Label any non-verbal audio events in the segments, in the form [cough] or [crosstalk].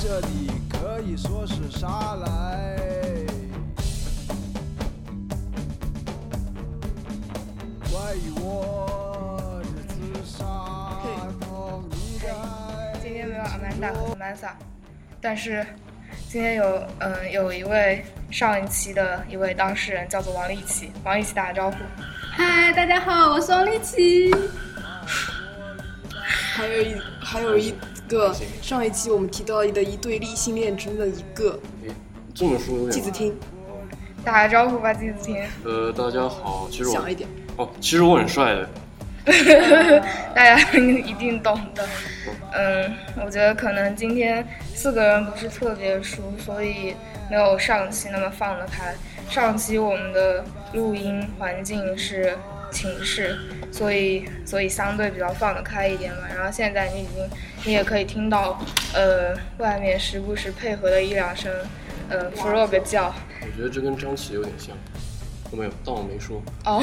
这里可以说是沙来。关于我的自杀，痛你的爱今天没有阿啊曼达和 Mansa，但是今天有嗯有一位上一期的一位当事人叫做王丽琪，王丽琪打个招呼。嗨，大家好，我是王丽琪。还有一还有一个上一期我们提到的一对异性恋中的一个这么说有季子点……听，打个招呼吧，季子听。呃，大家好，其实我响一点，哦，其实我很帅的，大家一定懂的。嗯，我觉得可能今天四个人不是特别熟，所以没有上期那么放得开。上期我们的录音环境是寝室，所以所以相对比较放得开一点嘛。然后现在你已经你也可以听到，呃，外面时不时配合的一两声，呃，frog 叫。我觉得这跟张琪有点像。哦没有，但我没说。哦，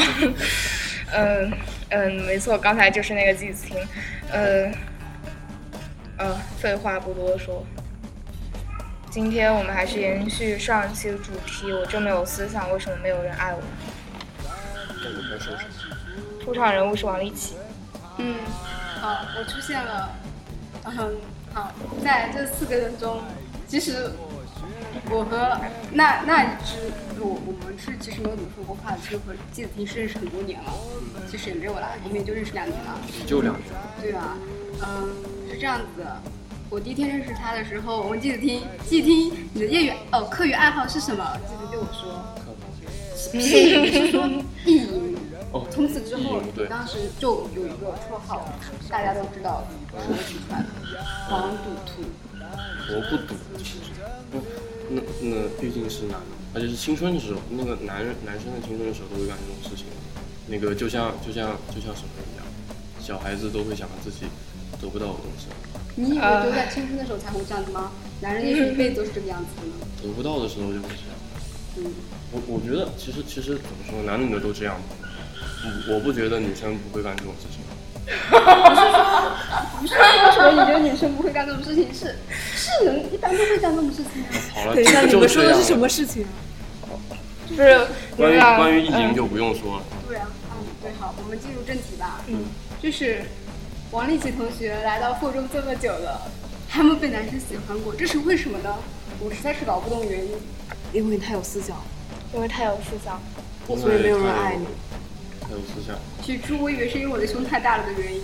[laughs] 嗯嗯，没错，刚才就是那个季子婷，呃，呃，废话不多说，今天我们还是延续上一期的主题，我真没有思想，为什么没有人爱我？那你该说什么？出场人物是王丽琪，嗯，啊，我出现了。嗯，好，在这四个人中，其实我和那那一只，我我们是其实没有怎么说过话的，就是和季子婷是认识很多年了，其实也没有啦，我们也就认识两年了。也就两年，对吧？嗯，是这样子的。我第一天认识他的时候，我们记得听，记得听你的业余哦，课余爱好是什么？记得对我说，看看是是说意淫。哦，从此之后意淫，对当时就有一个绰号，大家都知道是我取出来的，黄赌徒。我不赌，其实，不，那那毕竟是男的，而且是青春的时候，那个男人男生的青春的时候都会干这种事情，那个就像就像就像什么一样，小孩子都会想着自己得不到的东西，你以为只有在青春的时候才会这样子吗？男人也许一辈子都是这个样子的呢。得不到的时候就会这样。嗯，我我觉得其实其实怎么说，男女的都这样吧。我我不觉得女生不会干这种事情。 [laughs] 不是为什么你觉得女生不会干这种事情？是是人一般都会干这种事情啊。好了， [laughs] 等一下，你就们说的这是样什了么事情？就是你关们于俩关于意嗯淫就不用说了，对啊，嗯，对，好，我们进入正题吧。嗯，就是王丽琪同学来到附中这么久了，还没被男生喜欢过，这是为什么呢？我实在是搞不懂原因。因为他有思想，因为太有思想，所以没有人爱你。太有思想，起初我以为是因为我的胸太大了的原因，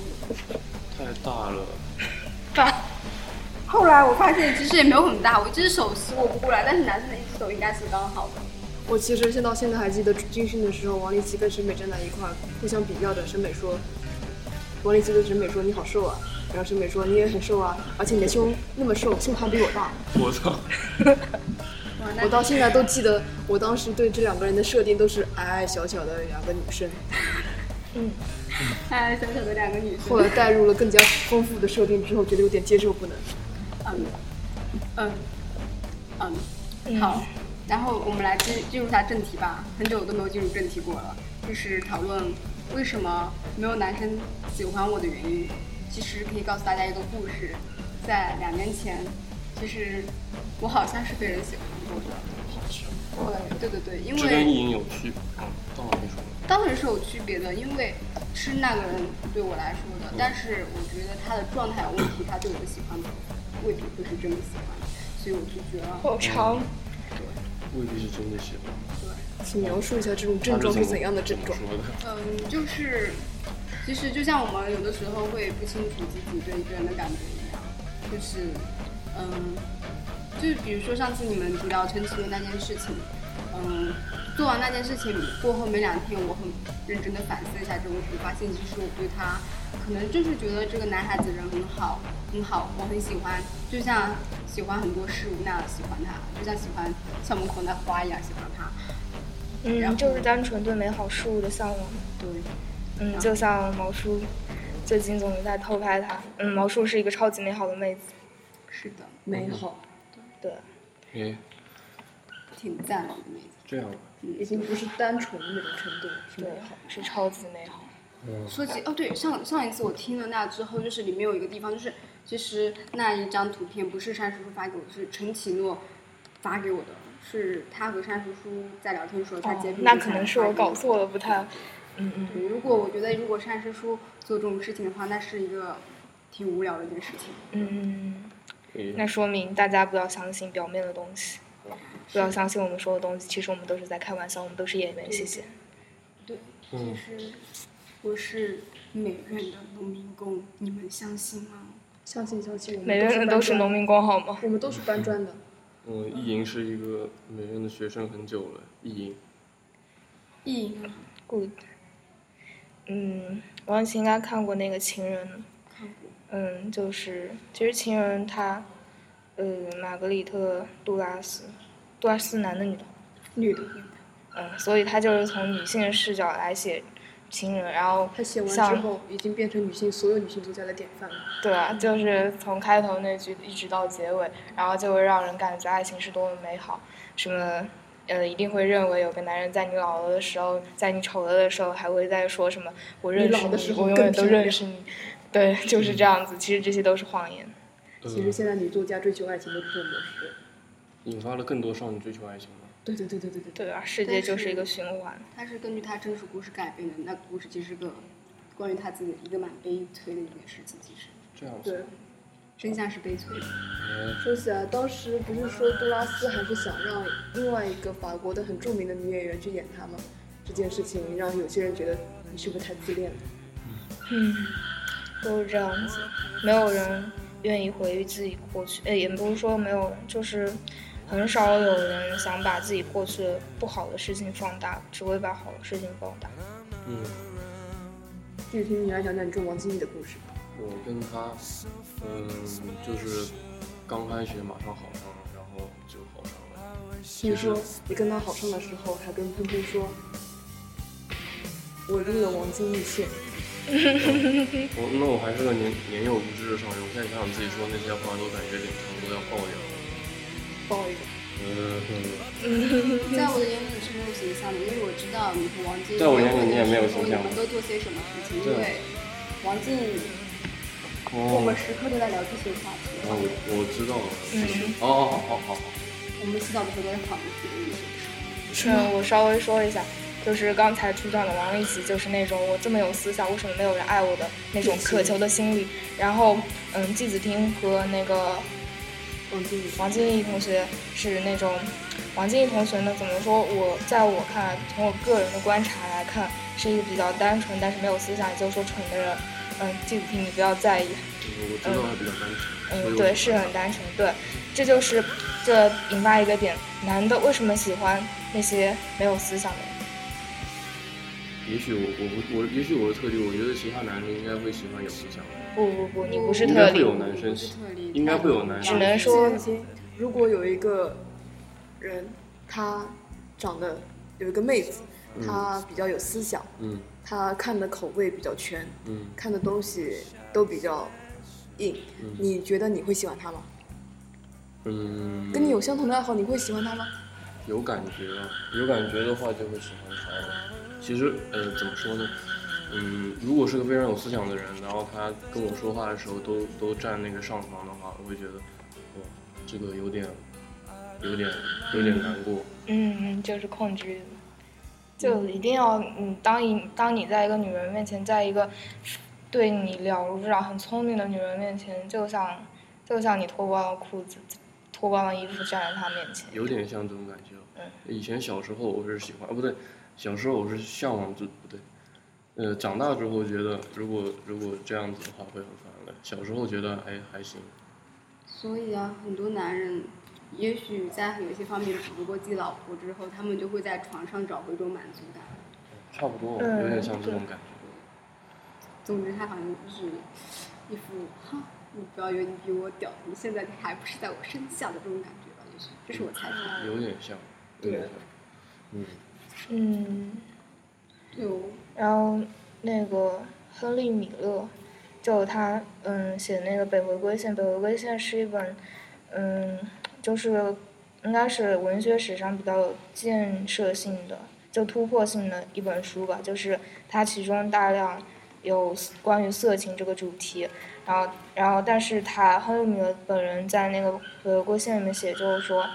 太大了。大后来我发现其实也没有很大，我一只手手握不过来，但是男生的一只手应该是刚好的。我其实现到现在还记得军训的时候，王丽琪跟沈美站在一块儿互相比较着，沈美说，王丽琪对沈美说你好瘦 [laughs] 啊，然后沈美说你也很瘦啊，而且你的胸那么瘦，胸还比我大。我 [laughs] 操！哇，我到现在都记得，我当时对这两个人的设定都是矮矮小小的两个女 [laughs] 生，哎，小小的两个女生后。来带入了更加丰富的设定之后，觉得有点接受不能。嗯，嗯，嗯，好。然后我们来进进入一下正题吧，很久都没有进入正题过了，就是讨论为什么没有男生喜欢我的原因。其实可以告诉大家一个故事，在两年前，其实我好像是被人喜欢过的。对对对对，因为这跟意淫有区啊，当然没说了。当然是有区别的，因为是那个人对我来说的，但是我觉得他的状态有问题，他对我的喜欢未必会是真的喜欢，所以我拒绝了。好长，未必是真的喜欢。请描述一下这种症状是怎样的症状怎？么说的？嗯，就是其实就像我们有的时候会不清楚自己对一个人的感觉一样，就是嗯，就是比如说上次你们提到陈绮贞那件事情，嗯，做完那件事情过后没两天，我很认真的反思一下这个问题，发现其实我对他可能就是觉得这个男孩子人很好，很好，我很喜欢，就像喜欢很多事物那样喜欢他，就像喜欢校门口那花一样喜欢他，嗯，就是单纯对美好事物的向往。对。嗯，就像毛叔最近总是在偷拍她，嗯，毛叔是一个超级美好的妹子，是的，美好，对，诶，挺赞的妹子。哎这样啊，已经不是单纯的那种程度，是对美好。，是超级美好。说起哦，对，上上一次我听了那之后，就是里面有一个地方，就是其实那一张图片不是单叔叔发给我，是陈启诺发给我的，是他和单叔叔在聊天的时候，他截屏、哦那可能是我搞错了，不太，嗯嗯。对，如果我觉得如果单师叔做这种事情的话，那是一个挺无聊的一件事情。嗯，对那说明大家不要相信表面的东西，不要相信我们说的东西，其实我们都是在开玩笑，我们都是演员，谢谢。对，其嗯实我是美院的农民工，你们相信吗？相信相信，我们每个人都是搬砖农，民工好吗？我们都是搬砖的。嗯，意淫是一个美院的学生很久了，意淫，意淫啊， Good。嗯，王雨晴应该看过那个《情人》。看过。嗯，就是其实《情人》他，呃，玛格丽特·杜拉斯，杜拉斯男的女的，女的，嗯，所以他就是从女性的视角来写情人，然后她写完之像后已经变成女性所有女性作家的典范了。对啊，就是从开头那句一直到结尾，然后就会让人感觉爱情是多么美好，什么。呃，一定会认为有个男人在你老了的时候，在你丑了的时候，还会在说什么“我认识你老的时候我永远更都漂亮认识你”，对，就是这样子。其实这些都是谎言。其实现在女作家追求爱情的这种模式，引发了更多少女追求爱情吧。对对对对对对对，对啊，世界就是一个循环。它是根据他真实故事改编的，那个故事其实是个关于他自己的一个蛮悲催的一件事情，其实这样对子，。真相是悲催的。哎说起来，当时不是说杜拉斯还是想让另外一个法国的很著名的女演员去演她吗？这件事情让有些人觉得你是不是太自恋了？嗯，都是这样子，没有人愿意回忆自己过去，呃，也不是说没有人，就是很少有人想把自己过去的不好的事情放大，只会把好的事情放大。嗯，继续听你来讲讲你跟王晶毅的故事。我跟他，嗯，就是刚开学马上好上了，然后就好上了。听说你跟他好上的时候，还跟喷喷说：“我入了王晶毅线。我那我还是个年年幼无知的少年，我现在想想自己说那些话，都感觉脸上都要爆掉了。”抱怨。嗯，在我的眼里你是没有形象的，因为我知道你和王晶，在我眼里你也没有形象我们都做些什么事情，因对为王晶，我们哦，时刻都在聊这些话题，啊，我我知道了，嗯，哦，好好好好，我们洗澡的时候都在讨论这个问题。嗯，我稍微说一下，就是刚才出场的王立奇，就是那种我这么有思想，为什么没有人爱我的那种渴求的心理。然后，嗯，季子听和那个王晶毅，王静怡同学是那种，王静怡同学呢，怎么说？我在我看来，从我个人的观察来看，是一个比较单纯，但是没有思想，也就是说蠢的人。嗯，季子婷，你不要在意。我知道还比较单纯，所嗯，以哎我对，是很单纯。对，这就是这引发一个点，男的为什么喜欢那些没有思想的人？也许我我不我也许我是特例，我觉得其他男生应该会喜欢有思想的，不不不，你不是应特该会例。有男生喜，应该会有男只生，能说王晶毅，如果有一个人，他长得有一个妹子，她比较有思想，嗯她看的口味比较全，嗯，看的东西都比较硬，你觉得你会喜欢她吗？嗯，跟你有相同的爱好，你会喜欢她吗？有感觉，有感觉的话就会喜欢他了。其实，呃，怎么说呢？嗯，如果是个非常有思想的人，然后他跟我说话的时候都都占那个上方的话，我会觉得，哇，这个有点，有点，有点难过。嗯，嗯，就是控制欲，就一定要嗯，当一当你在一个女人面前，在一个对你了如指掌、很聪明的女人面前，就像就像你脱光了裤子、脱光了衣服站在她面前，有点像这种感觉嗯。以前小时候我是喜欢，啊不对，小时候我是向往这不对，呃，长大之后觉得如果如果这样子的话会很烦的。小时候觉得哎还行，所以啊，很多男人，也许在有一些方面补过自己老婆之后，他们就会在床上找回一种满足感。差不多，嗯有点像这种感觉。总之，他好像就是一副哈，你不要以为嗯你比我屌，你现在还不是在我身下的这种感觉吧？也许这是我猜测。有点像，有点像。嗯，嗯，对哦，然后那个亨利·米勒，就他嗯写那个《北回归线》，《北回归线》是一本嗯，就是应该是文学史上比较有建设性的，就突破性的一本书吧。就是它其中大量有关于色情这个主题，然后然后但是他亨利米尔本人在那个回归信里面写就是说，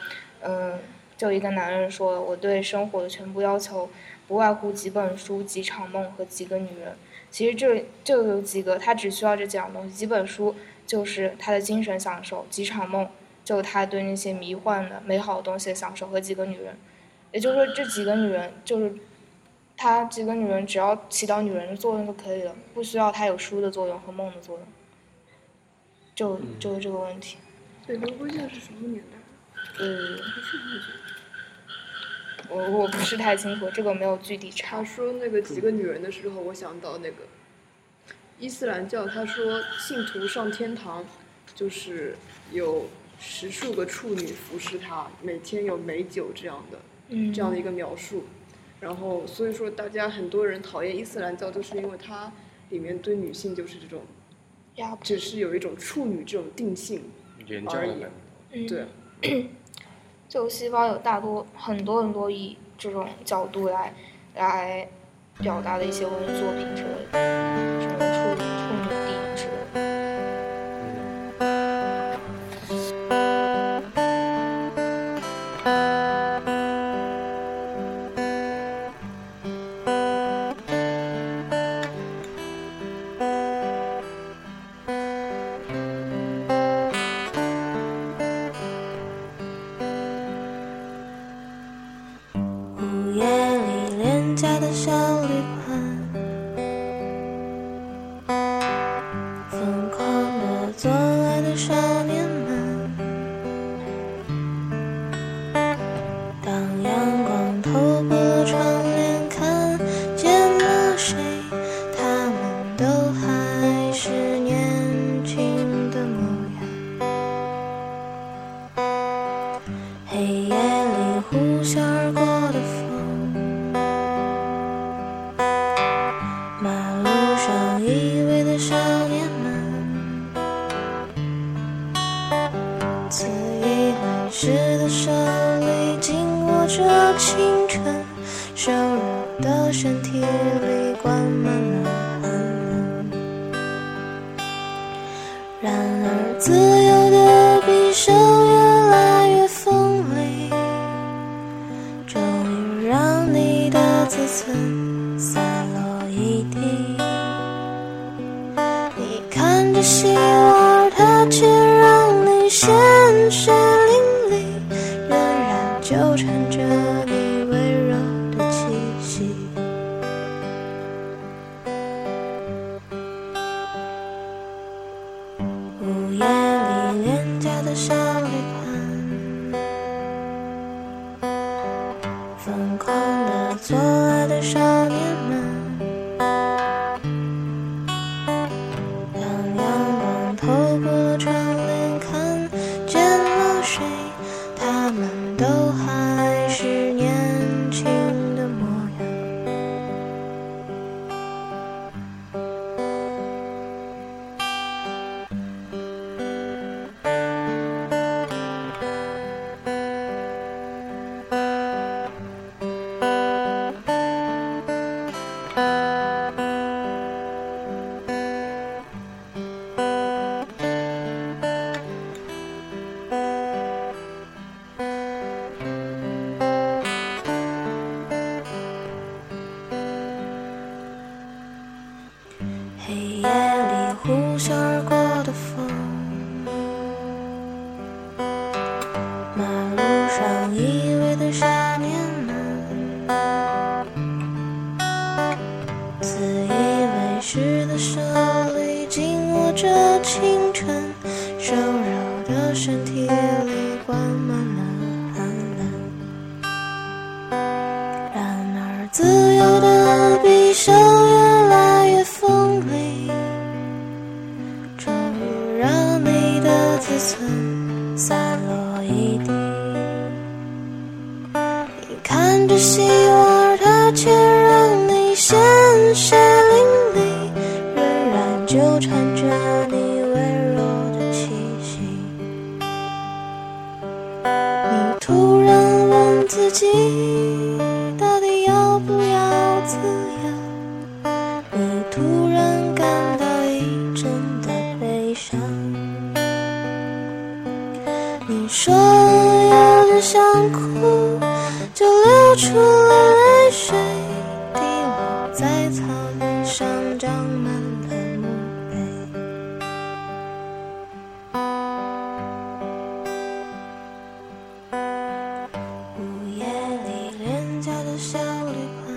嗯，就一个男人说，我对生活的全部要求不外乎几本书、几场梦和几个女人。其实这就有几个，他只需要这几样东西，几本书就是他的精神享受，几场梦就他对那些迷幻的美好的东西的享受和几个女人。也就是说，这几个女人就是他几个女人，只要起到女人的作用就可以了，不需要他有书的作用和梦的作用。就就是这个问题。对，刘国庆是什么年代？嗯，我我不是太清楚，这个没有具体查他。说那个几个女人的时候，我想到那个伊斯兰教，他说信徒上天堂，就是有十数个处女服侍他，每天有美酒这样的。嗯这样的一个描述。然后，所以说大家很多人讨厌伊斯兰教，就是因为它里面对女性就是这种，压迫只是有一种处女这种定性。廉价的感觉。嗯对，就细胞有大多很多很多以这种角度来来表达的一些文艺作品之类的，什么处处女地之类的。午夜里廉价的小旅馆，疯狂的做爱的少年们。当阳光透过窗帘看见了谁，他们都还是年轻的模样。黑夜里呼啸而过的风，马路上依偎的少年们，自以为是的手里紧握着青春，瘦弱的身体里灌满了寒冷。然而，自由的匕首越来越锋利，终于让你的自尊散落一地。你看着希望，而它却让你鲜血淋漓，仍然纠缠着你温柔的气息。午夜里廉价的小旅馆，疯狂的做爱的少年们。当阳光透过窗帘看见了谁，他们都还是年轻的模样。黑夜里呼啸而过的风，马路上依偎的少年们，自以为是的手里紧握着青春，瘦弱的身体里灌满了寒冷。然而，自由的匕首越来越锋利，终于让你的自尊散落一地。你看着希望，而它却让你鲜血淋漓，仍然纠缠着你温柔的气息。你突然问自己，到底要不要自由？你突然说有点想哭，就流出了泪水，滴落在草原上长满了墓碑。午夜里廉价的小旅馆，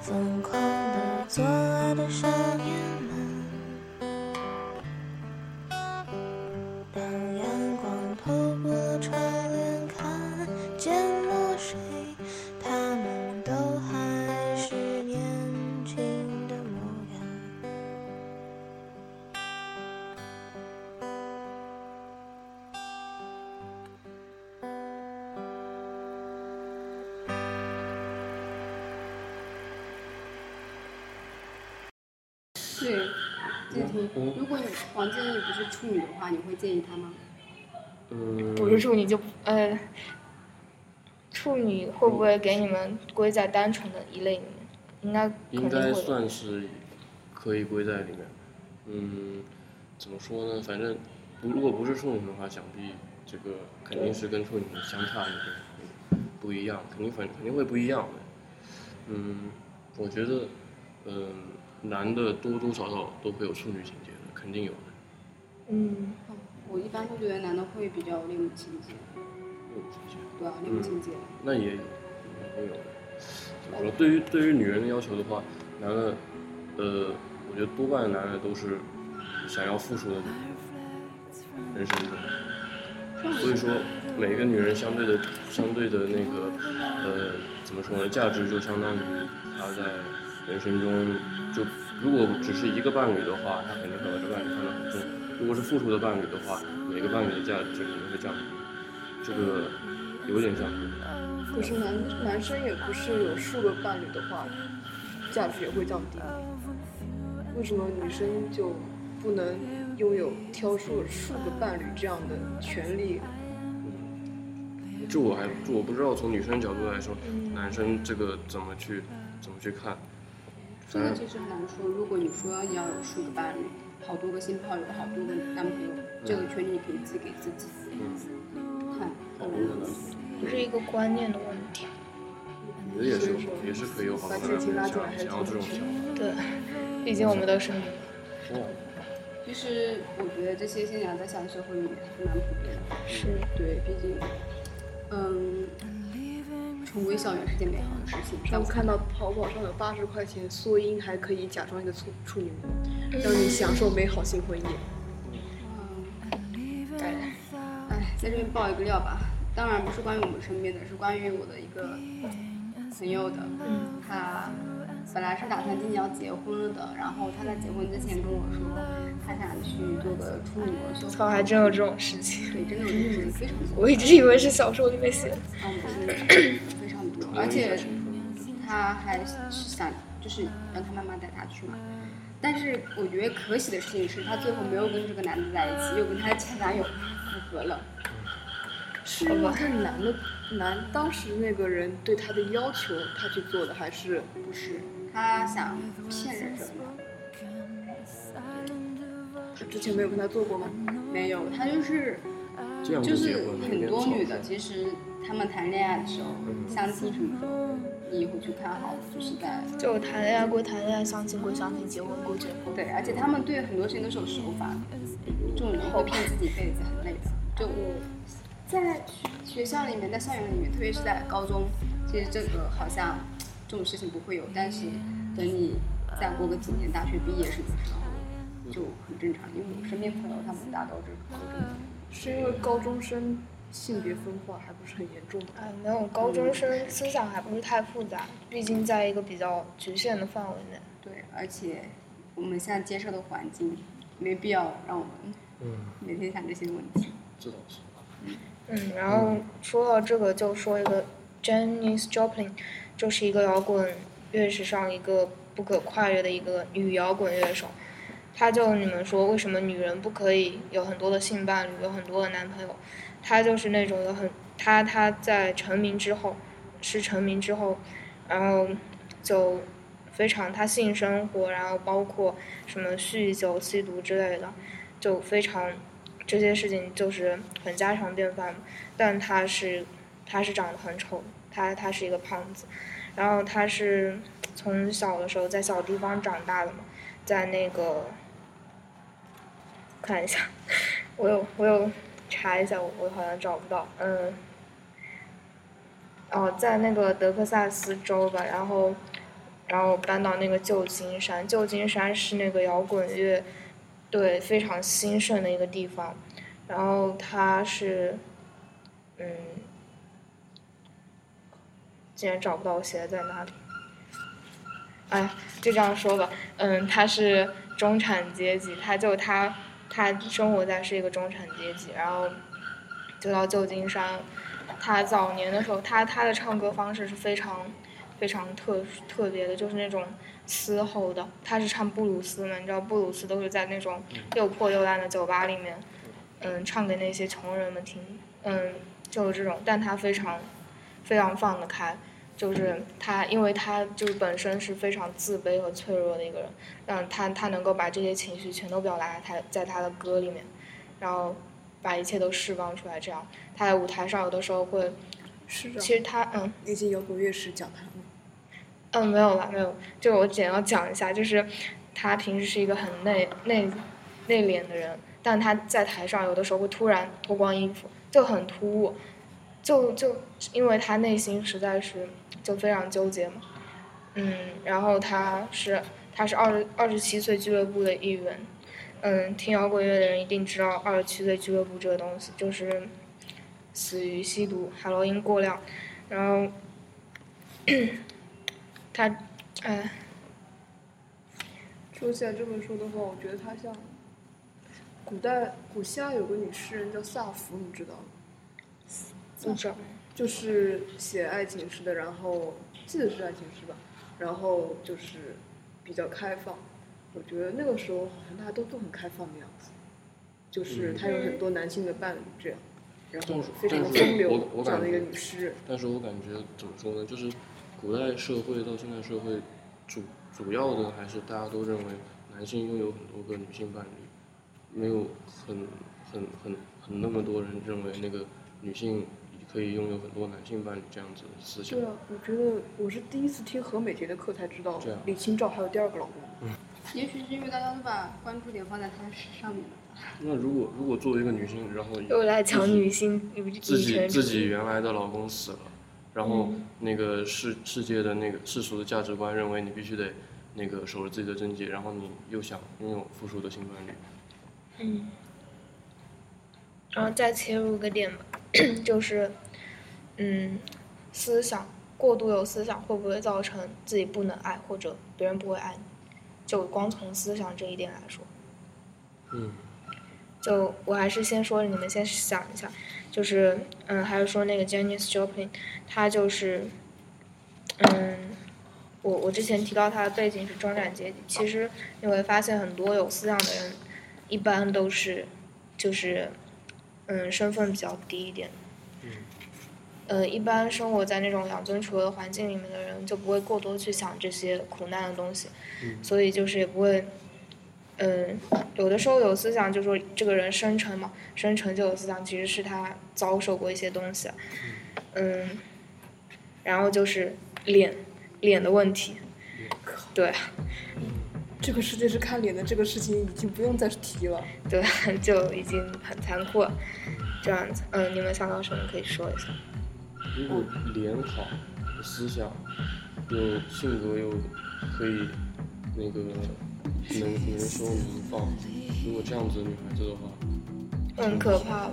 疯狂的做爱的少年们。当阳光透过窗帘看见了谁，他们都还是年轻的模样。对，这题，如果你王建义不是处女的话，你会介意他吗？嗯，我是处女就呃，处女会不会给你们归在单纯的一类里面？应该应肯该定会的。算是可以归在里面。嗯，怎么说呢？反正不如果不是处女的话，想必这个肯定是跟处女相差一个不一样，肯定反肯定会不一样的。嗯，我觉得，嗯，男的多多少少都会有处女情节的，肯定有的。嗯，我一般会觉得男的会比较有恋母情节，有情节，对啊，恋母情节。那也有也会有的。怎么说？对于对于女人的要求的话，男的，呃，我觉得多半男的都是想要付出的人生中，所以说每个女人相对的相对的那个呃怎么说呢？价值就相当于她在人生中就如果只是一个伴侣的话，她肯定会把这伴侣看得很重；如果是付出的伴侣的话，每个伴侣的价值可能会降低。这个有点像。可是男男生也不是有数个伴侣的话，价值也会降低。为什么女生就不能拥有挑数数个伴侣这样的权利？这我还这我不知道，从女生角度来说，男生这个怎么去怎么去看？这反个正确实很难说。如果你说你要有数个伴侣，好多个新炮友，好多个男朋友，这个权利可以自己给自己嗯，看。好多的男生，这是一个观念的问题。女的也是有也是可以有好多把男自己生拉想进来想要这种想法。对，毕竟我们都是女人。哦，其实我觉得这些现象在现实社会里面还是蛮普遍的。是，对，毕竟，嗯，重归校园是件美好的事情。但当我我看到淘宝上有八十块钱缩阴，还可以假装一个处处女，让你享受美好新婚夜。当然，嗯哎，在这边爆一个料吧，当然不是关于我们身边的，是关于我的一个朋友的。嗯他本来是打算今年要结婚了的，然后他在结婚之前跟我说，他想去做个处女膜修操，复。还真有这种事情。 [laughs] 对，真的有这种人非常多，我一直以为是小说里面写的。但我真的是 [coughs] 非常多，而且嗯他还是想就是让他妈妈带他去嘛。但是我觉得可喜的事情是，他最后没有跟这个男的在一起，又跟他的前男友复合了。是因为他男的男当时那个人对他的要求，他去做的，还是不是，他想骗人什么？他之前没有跟他做过吗？没有，他就是这样就结是婚了很多女的，有点其实她们谈恋爱的时候，嗯相亲什么时候，你回去看好，就是在就谈恋爱归谈恋爱，相亲归相亲，结婚归结婚。对，而且她们对很多事情都是有手法的，这种人会骗自己一辈子，很累的。就我在学校里面，在校园里面，特别是在高中，其实这个好像这种事情不会有，但是等你再过个几年，大学毕业什么时候就很正常，因为我身边朋友他们大都是高中。是因为高中生性别分化还不是很严重吗？哎，没有，高中生思想还不是太复杂，毕竟在一个比较局限的范围内。对，而且我们现在接受的环境，没必要让我们嗯，每天想这些问题。这倒是。嗯，然后说到这个，就说一个 Janis Joplin，就是一个摇滚乐史上一个不可跨越的一个女摇滚乐手。她就你们说为什么女人不可以有很多的性伴侣，有很多的男朋友？她就是那种有很她她在成名之后，是成名之后，然后就非常她性生活，然后包括什么酗酒、吸毒之类的，就非常这些事情就是很家常便饭。但他是他是长得很丑，他他是一个胖子，然后他是从小的时候在小地方长大的嘛，在那个看一下，我有我有查一下，我我好像找不到，嗯。哦，在那个德克萨斯州吧，然后，然后搬到那个旧金山。旧金山是那个摇滚乐对非常兴盛的一个地方，然后他是，嗯，竟然找不到我写的在哪里。哎呀，就这样说吧，嗯，他是中产阶级，他就他他生活在是一个中产阶级，然后就到旧金山。他早年的时候，他他的唱歌方式是非常非常特特别的，就是那种嘶吼的。他是唱布鲁斯嘛，你知道布鲁斯都是在那种又破又烂的酒吧里面，嗯，唱给那些穷人们听，嗯，就是这种。但他非常非常放得开，就是他，因为他就是本身是非常自卑和脆弱的一个人，让他他能够把这些情绪全都表达他在他的歌里面，然后把一切都释放出来，这样他在舞台上有的时候会，是的，其实他嗯。已经摇滚乐史讲坛了。嗯，没有啦，没有，就是我简要讲一下，就是他平时是一个很内内内敛的人，但他在台上有的时候会突然脱光衣服，就很突兀，就就因为他内心实在是就非常纠结嘛，嗯，然后他是他是二十二十七岁俱乐部的一员，嗯，听摇滚乐的人一定知道二十七岁俱乐部这个东西，就是死于吸毒、海洛因过量，然后。他，哎，说起来这么说的话，我觉得他像古代古希腊有个女诗人叫萨福，你知道吗？不知道，就是写爱情诗的，然后记得是爱情诗吧，然后就是比较开放。我觉得那个时候好像大家都都很开放的样子，就是她有很多男性的伴侣这样，然后非常的风嗯但是流我我这样的一个感觉女诗人。但是我感觉怎么说呢，就是古代社会到现代社会主主要的还是大家都认为男性拥有很多个女性伴侣，没有很很很很那么多人认为那个女性可以拥有很多男性伴侣这样子的思想对。啊，我觉得我是第一次听何美杰的课才知道这样李清照还有第二个老公。也许是因为大家都把关注点放在他上面了。那如果如果作为一个女性，然后又来自讲己女性女女嗯自己权自主己义。原来的老公死了，然后嗯那个世世界的那个世俗的价值观认为你必须得那个守着自己的贞洁，然后你又想拥有附属的性伴侣，嗯，然后再切入一个点吧， [clears throat] 就是，嗯，思想过度有思想会不会造成自己不能爱或者别人不会爱你？就光从思想这一点来说，嗯，就我还是先说，你们先想一下，就是嗯，还是说那个 Janis Joplin，她就是，嗯，我我之前提到她的背景是中产阶级，其实你会发现很多有思想的人，一般都是，就是，嗯，身份比较低一点。呃，一般生活在那种养尊处优的环境里面的人，就不会过多去想这些苦难的东西，所以就是也不会嗯，有的时候有思想，就说这个人生成嘛，生成就有思想，其实是他遭受过一些东西，嗯，然后就是脸，脸的问题，对这个世界是看脸的，这个事情已经不用再提了。对， [laughs] 就已经很残酷了，这样子，嗯，你们想到什么可以说一下？如果脸好，思想又性格又可以那个能能收能放，如果这样子的女孩子的话，很可怕，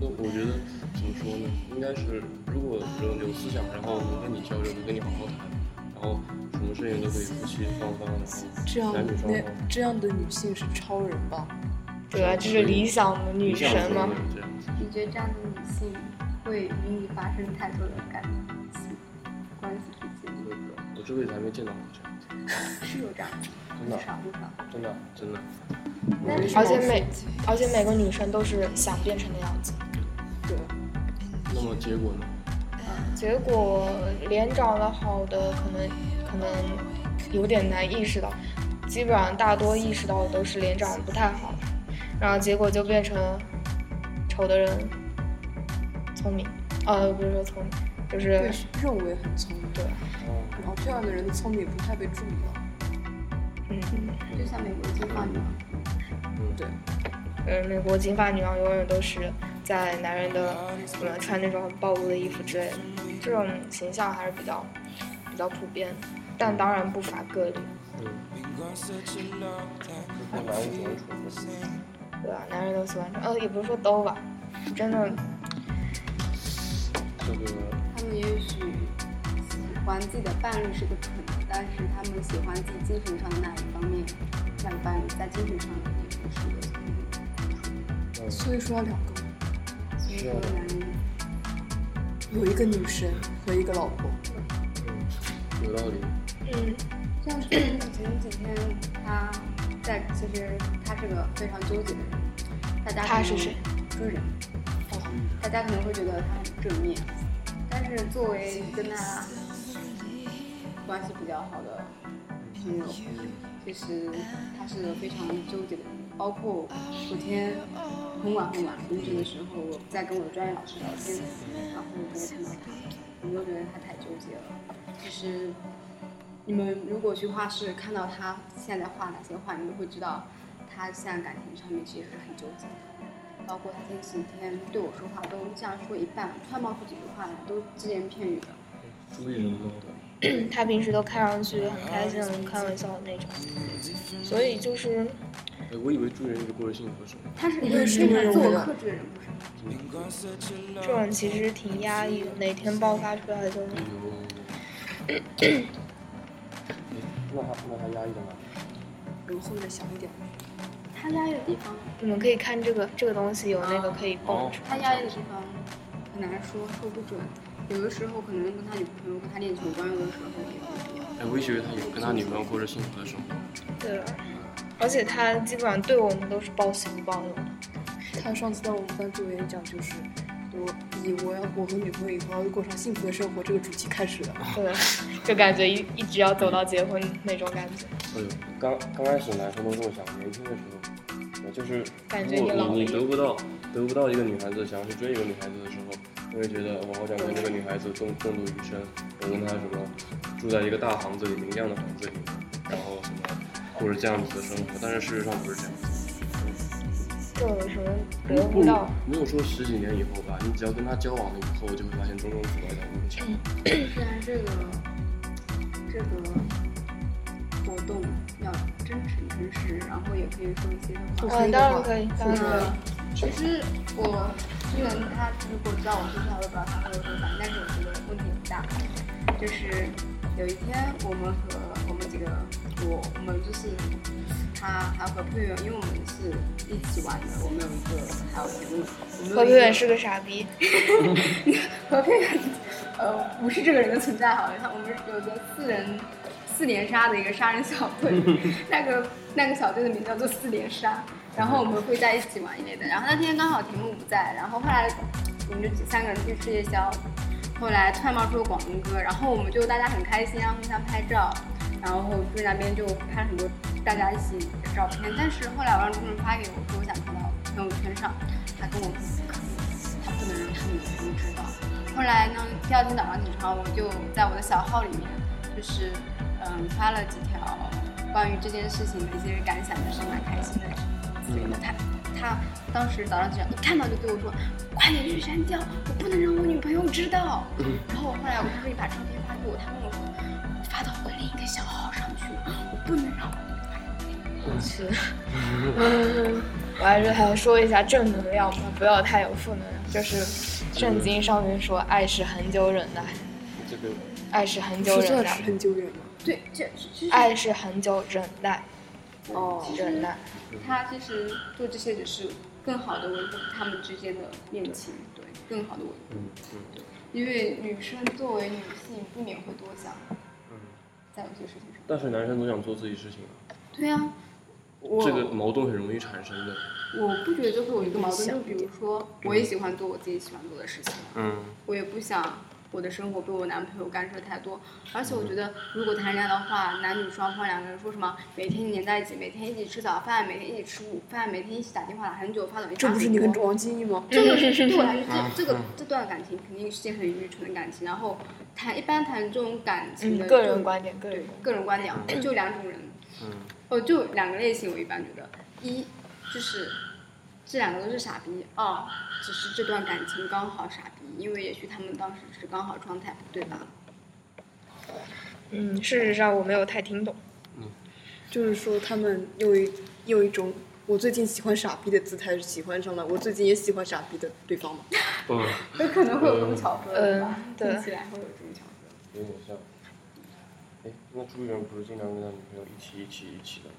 那我觉得怎么说呢？应该是如果有有思想，然后我跟你交流，我跟你好好谈，然后什么事情都可以夫妻双方，然这样后男女双那方。这样的女性是超人吧？对啊吧？这是理想的女神吗？这样子，你觉得这样的女性会与你发生太多的感情关系之间我也不知道，我这辈子还没见到过这样子，是有这样的，真不的，少不少。真的，真的。而且每而且每个女生都是想变成的样子，对，那么结果呢？结果脸长得好的可能可能有点难意识到，基本上大多意识到的都是脸长得不太好，然后结果就变成丑的人聪明，呃，不是说聪明，就是被认为很聪明，对，然后这样的人的聪明也不太被注意到。嗯，就像美国金发女王，对，呃，美国金发女王永远都是在男人的呃穿那种很暴露的衣服之类的，这种形象还是比较比较普遍，但当然不乏个例。嗯看男人喜欢穿什么对吧？男人都喜欢穿，呃，也不是说都吧，真的，这个他们也许喜欢自己的伴侣是个蠢，但是他们喜欢自己精神上的那一方面，那个伴侣在精神上也不是一个聪明的，所以说要两个，所以说男人有一个女神和一个老婆。有道理。嗯，像最近前几天，他在其实他是个非常纠结的人，大家他是谁？哦追人，大家可能会觉得他很正面，但是作为跟他关系比较好的朋友，其实他是个非常纠结的人。包括昨天很晚很晚凌晨的时候，我在跟我的专业老师聊天，然后我就看到他，我就觉得他太纠结了。其实你们如果去画室看到他现在在画哪些画，你们会知道他现在感情上面其实是很纠结的。包括他前几天对我说话都这样说一半，突然冒出几句话来，都只言片语的。朱一龙的，嗯他平时都看上去很开心、很开玩笑的那种，所以就是哎，我以为朱一龙是过着幸福的生活。他是一个非常自我克制的人，不是吗？这种其实挺压抑的，哪天爆发出来就哎呦哎那还那还压抑的吗？我们后面想一点，他压抑的地方，你们可以看这个这个东西有那个可以蹦出他压抑的地方很难说，说不准。有的时候可能跟他女朋友、跟他恋情有关，有的时候也不一样。哎，我一直以为他有跟他女朋友过着幸福的生活。对了，而且他基本上对我们都是报喜不报忧的，他上次到我们班做演讲就是。我以我要我和女朋友以后要过上幸福的生活这个主题开始的，对吧，就感觉一一直要走到结婚那种感觉。哎呦，刚刚开始男生都这么想，年轻的时候，呃就是感觉如你老果了你你得不到得不到一个女孩子，想要去追一个女孩子的时候，你会觉得我好想跟这个女孩子共共度余生，我跟她什么住在一个大房子里，明亮的房子里，然后什么过着这样子的生活，但是事实上不是这样。就有什么没得不到，没有说十几年以后吧，你只要跟她交往了以后，就会发现种种阻碍在面前。嗯虽然这个这个活动要真诚真实，然后也可以说一些的话。嗯，当然可以，当然可以。其实我之前他如果知道我是谁，我也不知道他会不会反，但是我觉得问题不大。就是有一天我们和我们几个我我们就是他还有和佩远，因为我们是一起玩的，我们有一个还有我们我们有一个何佩远是个傻逼，何佩远，呃，不是这个人的存在好了，他我们有个四人四连杀的一个杀人小队，那个那个小队的名字叫做四连杀，然后我们会在一起玩一类的。然后那天刚好题目不在，然后后来我们就几三个人去吃夜宵，后来突然冒出了广东歌，然后我们就大家很开心啊，互相拍照，然后就那边就拍了很多大家一起的照片。但是后来我让主任发给我说，我想放到朋友圈上，他跟我说不可以，他不能让他女朋友知道。后来呢，第二天早上起床，我就在我的小号里面，就是嗯发了几条关于这件事情的一些感想，就是蛮开心的之类的。他他当时早上起床一看到就对我说：“快点去删掉，我不能让我女朋友知道。”然后后来我他说你把照片发给我，他问我说：“我发到我的另一个小号上去了，我不能让我女朋友知我去，道。”嗯，我还是还要说一下正能量吧，不要太有负能量。就是圣经上面说，爱是恒久忍耐，这个爱是恒久是这样忍耐是，很久远了。对，这这是哎爱是恒久忍耐，哦忍耐。他其实做这些只是更好的维护他们之间的恋情，对，更好的维护。嗯嗯因为女生作为女性，不免会多想，嗯，在有些事情上。但是男生总想做自己事情，对啊，我、这个矛盾很容易产生的。我不觉得这会有一个矛盾，就比如说，我也喜欢做我自己喜欢做的事情，嗯我也不想我的生活被我男朋友干涉太多。而且我觉得，如果谈恋爱的话，男女双方两个人说什么每天黏在一起，每天一起吃早饭，每天一起吃午饭，每天一起打电话打很久发短信，这不是你跟王金义吗？这个是对我来说，这这个这段感情肯定是件很愚蠢的感情。然后谈一般谈这种感情的嗯，个这种人观点，个人对观个人观点啊，就两种人，哦，就两个类型，我一般觉得，一就是这两个都是傻逼，二只是这段感情刚好傻逼，因为也许他们当时只是刚好状态不对吧。点。嗯，事实上我没有太听懂。就是说他们用一用一种我最近喜欢傻逼的姿态喜欢上了我最近也喜欢傻逼的对方嘛。不，有可能会有这种巧合，嗯吧？对听起来会有这种巧合。有点像。哎，那朱元不是经常跟他女朋友一起一起一起的吗？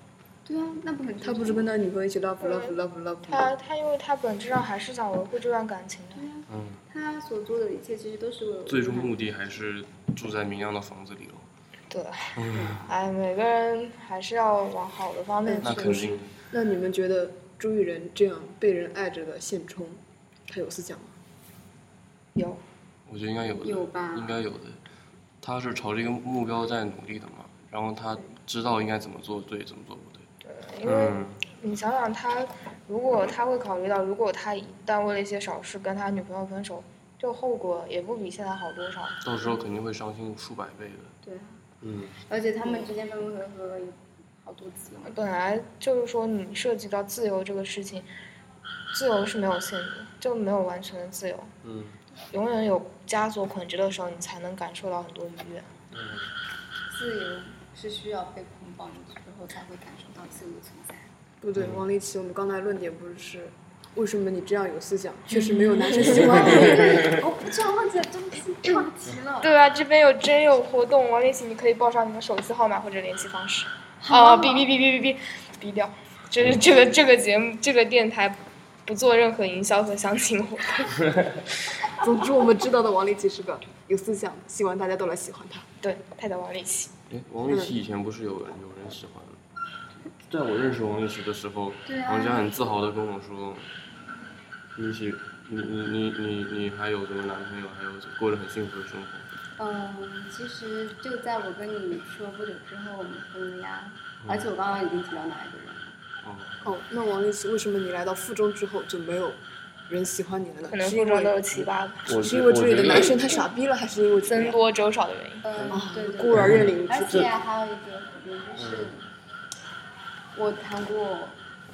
对啊，那不很他不是跟他女朋友一起 love love love love 他吗？他因为他本质上还是想维护这段感情的。嗯，他所做的一切其实都是为了最终目的还是住在明亮的房子里喽。对，哎，每个人还是要往好的方面那去。肯定的，那你们觉得朱雨仁这样被人爱着的现充，他有思想吗？有，我觉得应该有的，有吧应该有的。他是朝这个目标在努力的嘛，然后他知道应该怎么做对，怎么做不对。因为嗯你想想他，如果他会考虑到，如果他一旦为了一些小事跟他女朋友分手，这个后果也不比现在好多少。到时候肯定会伤心数百倍的。对啊，嗯，而且他们之间分分合合也好多次了。本来就是说，你涉及到自由这个事情，自由是没有限的，就没有完全的自由。嗯，永远有枷锁捆着的时候，你才能感受到很多愉悦。自由是需要被捆绑之后才会感受到自由的存在。不对，王立奇，我们刚才论点不是是为什么你这样有思想，确嗯实没有男生喜 [laughs] 欢你。哦，我居然忘记了真是话题了。对啊，这边有真有活动，王立奇，你可以报上你的手机号码或者联系方式。啊，哔哔哔哔哔哔，哔掉。这是这个这个节目这个电台不做任何营销和相亲活动。总之，我们知道的王立奇是个有思想，希望大家都来喜欢他。对，太太王立奇。哎，王立奇以前不是有人有人喜欢吗？在我认识王立奇的时候，对啊王佳很自豪的跟我说：“立奇，你你你你你还有什么男朋友，还有过得很幸福的生活。嗯，其实就在我跟你说不久之后，我们分了呀。嗯而且我刚刚已经提到哪一个人了？”哦，哦，那王立奇，为什么你来到附中之后就没有人喜欢你了呢？可能是附因中为都有七八个，我是觉因为我这里觉的得男生太傻逼了，还是因为怎么僧样多粥少的原因。嗯，对对哦孤儿院领而之？且还有一个原因是，我谈过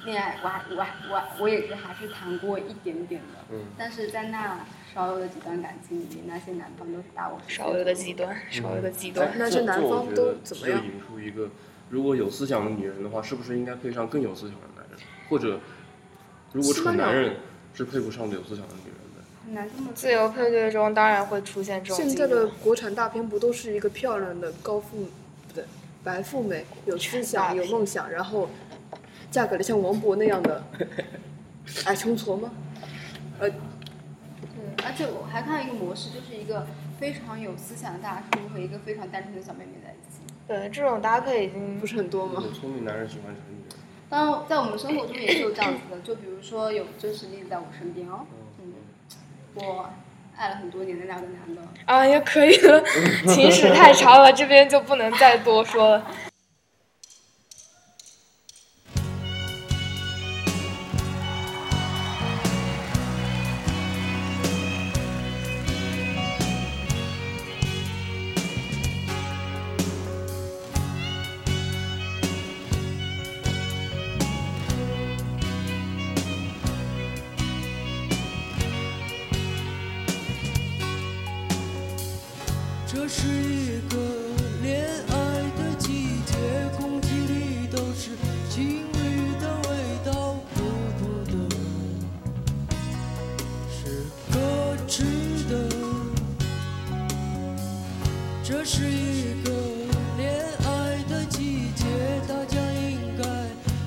恋爱，我还我还我还我也是还是谈过一点点的，嗯但是在那少有的几段感情里面，那些男方都是大我十岁少有的极端，少有的极端。那这这男我方觉都得怎么是样引出一个，如果有思想的女人的话，是不是应该配上更有思想的男人？或者，如果西蠢班牙男人是配不上有思想的女人的。很难这么自由配对中当然会出现这种现极在端。的国产大片不都是一个漂亮的高富，不对，白富美，有思想，有梦想，然后嫁给了像王勃那样 [laughs] 的矮穷矬吗？对，而且我还看到一个模式，就是一个非常有思想的大叔和一个非常单纯的小妹妹在一起。对这种搭配已经不是很多吗？有聪明男人喜欢蠢女人。当然，在我们生活中也是有这样子的，就比如说有真实例子在我身边哦，嗯，我爱了很多年的两个男的，啊也可以 [laughs] 了，情史太长了，这边就不能再多说了。嗯这是一个恋爱的季节，空气里都是情侣的味道，孤独的，是可耻的。这是一个恋爱的季节，大家应该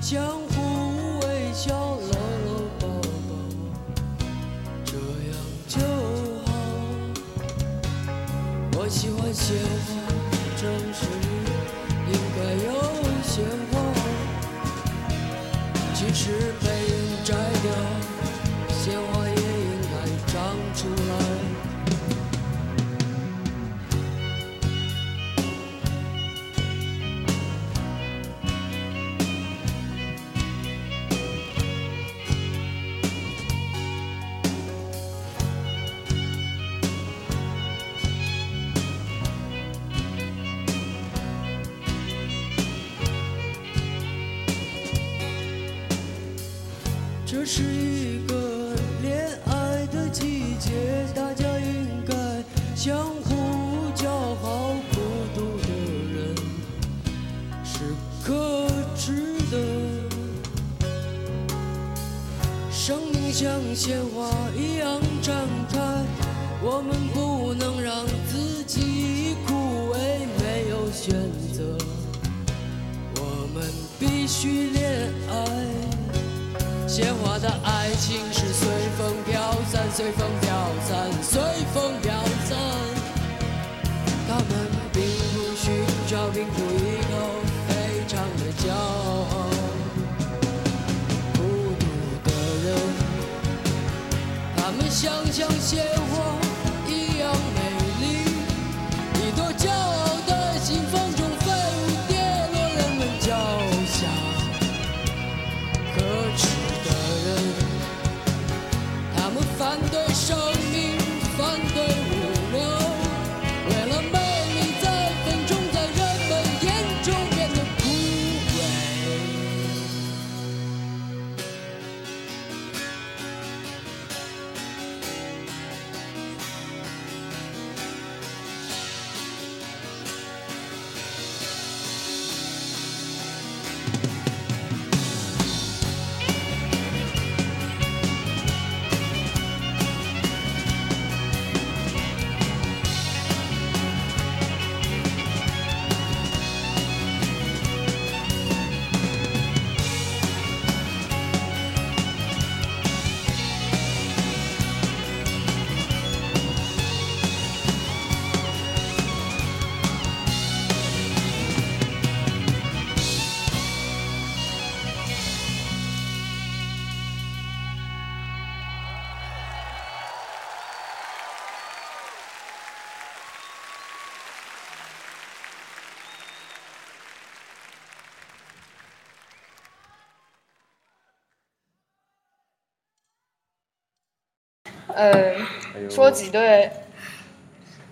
相互微笑，搂搂抱抱，这样就好。我喜欢鲜花，城市里应该有鲜花。即使被人摘掉，鲜花也应该长出来。这是一个恋爱的季节，大家应该相互叫好。孤独的人是可耻的，生命像鲜花一样绽开，我们不能让自己枯萎，没有选择，我们必须恋爱。鲜花的爱情是随风飘散，随风飘散，随风飘散。他们并不寻找，并不依靠，非常的骄傲。孤独的人，他们想像鲜花一样美丽，一朵骄傲的心风中飞舞，跌落人们脚下。可耻的人，他们反对生命，反对无聊，为了美丽在分钟在人们眼中变得枯萎。呃，哎呦说几对，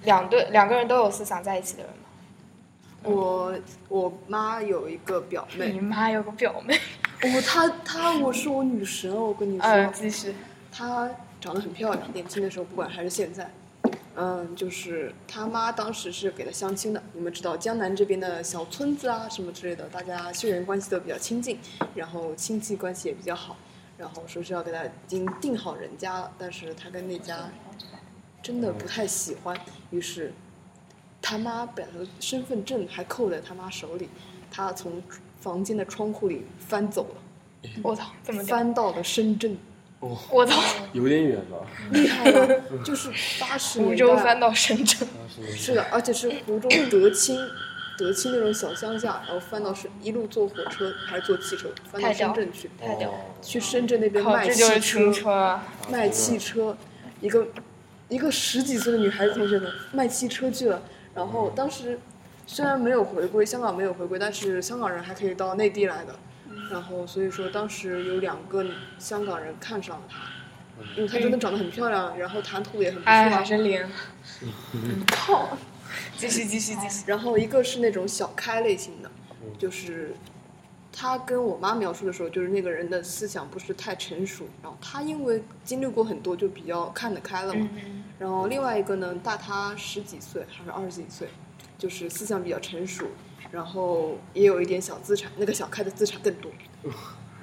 两对两个人都有思想在一起的人吗？嗯我我妈有一个表你妹，妈有个表妹，我她她我是我女神，我跟你说，嗯，继续，她长得很漂亮，年轻的时候不管还是现在，嗯，就是她妈当时是给她相亲的。你们知道江南这边的小村子啊什么之类的，大家血缘关系都比较亲近，然后亲戚关系也比较好，然后说是要给她已经定好人家了，但是她跟那家真的不太喜欢，于是他妈把她的身份证还扣在他妈手里，她从房间的窗户里翻走了，我操，这么屌，翻到了深圳。我操，有点远吧？厉害了， [laughs] 就是八十福年州翻代，到深圳，当时是的，而且是福州德清，德清那种小乡下，然后翻到是一路坐火车还是坐汽车，翻到太深屌圳去，太屌了哦去深圳那边靠，卖这汽就车是青，春啊！卖汽车，一个一个十几岁的女孩子同学们卖汽车去了，然后当时虽然没有回归香港没有回归，但是香港人还可以到内地来的，然后所以说当时有两个香港人看上了她。因为她真的长得很漂亮，然后谈吐也很不错哎，啊还，是 [laughs] 零，靠，继续继续继续，然后一个是那种小开类型的，就是他跟我妈描述的时候，就是那个人的思想不是太成熟，然后他因为经历过很多，就比较看得开了嘛。然后另外一个呢，大他十几岁还是二十几岁，就是思想比较成熟，然后也有一点小资产，那个小开的资产更多。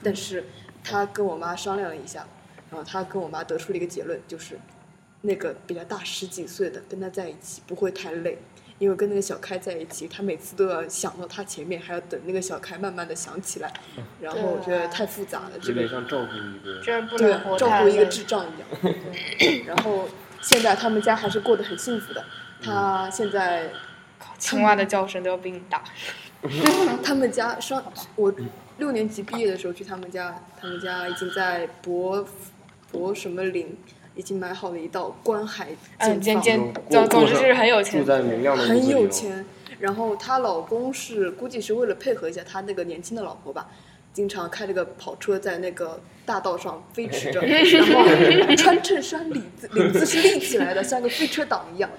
但是他跟我妈商量了一下，然后他跟我妈得出了一个结论，就是那个比他大十几岁的跟他在一起不会太累，因为跟那个小开在一起，他每次都要想到他前面，还要等那个小开慢慢的想起来，然后我觉得太复杂了，这有个点像照顾一个真不哎对能活照太顾一个累。智障一样。然后现在他们家还是过得很幸福的，他现在青蛙的叫声都要比你大。他们家上我六年级毕业的时候去他们家，他们家已经在博博什么林，已经买好了一道观海嗯，景尖房尖过，总总过之上是很有钱住。在明亮的屋子里很哦有，钱。然后她老公是估计是为了配合一下她那个年轻的老婆吧，经常开着个跑车在那个大道上飞驰着，然后穿衬衫领子领子是立起来的，像个飞车党一 [laughs] 样。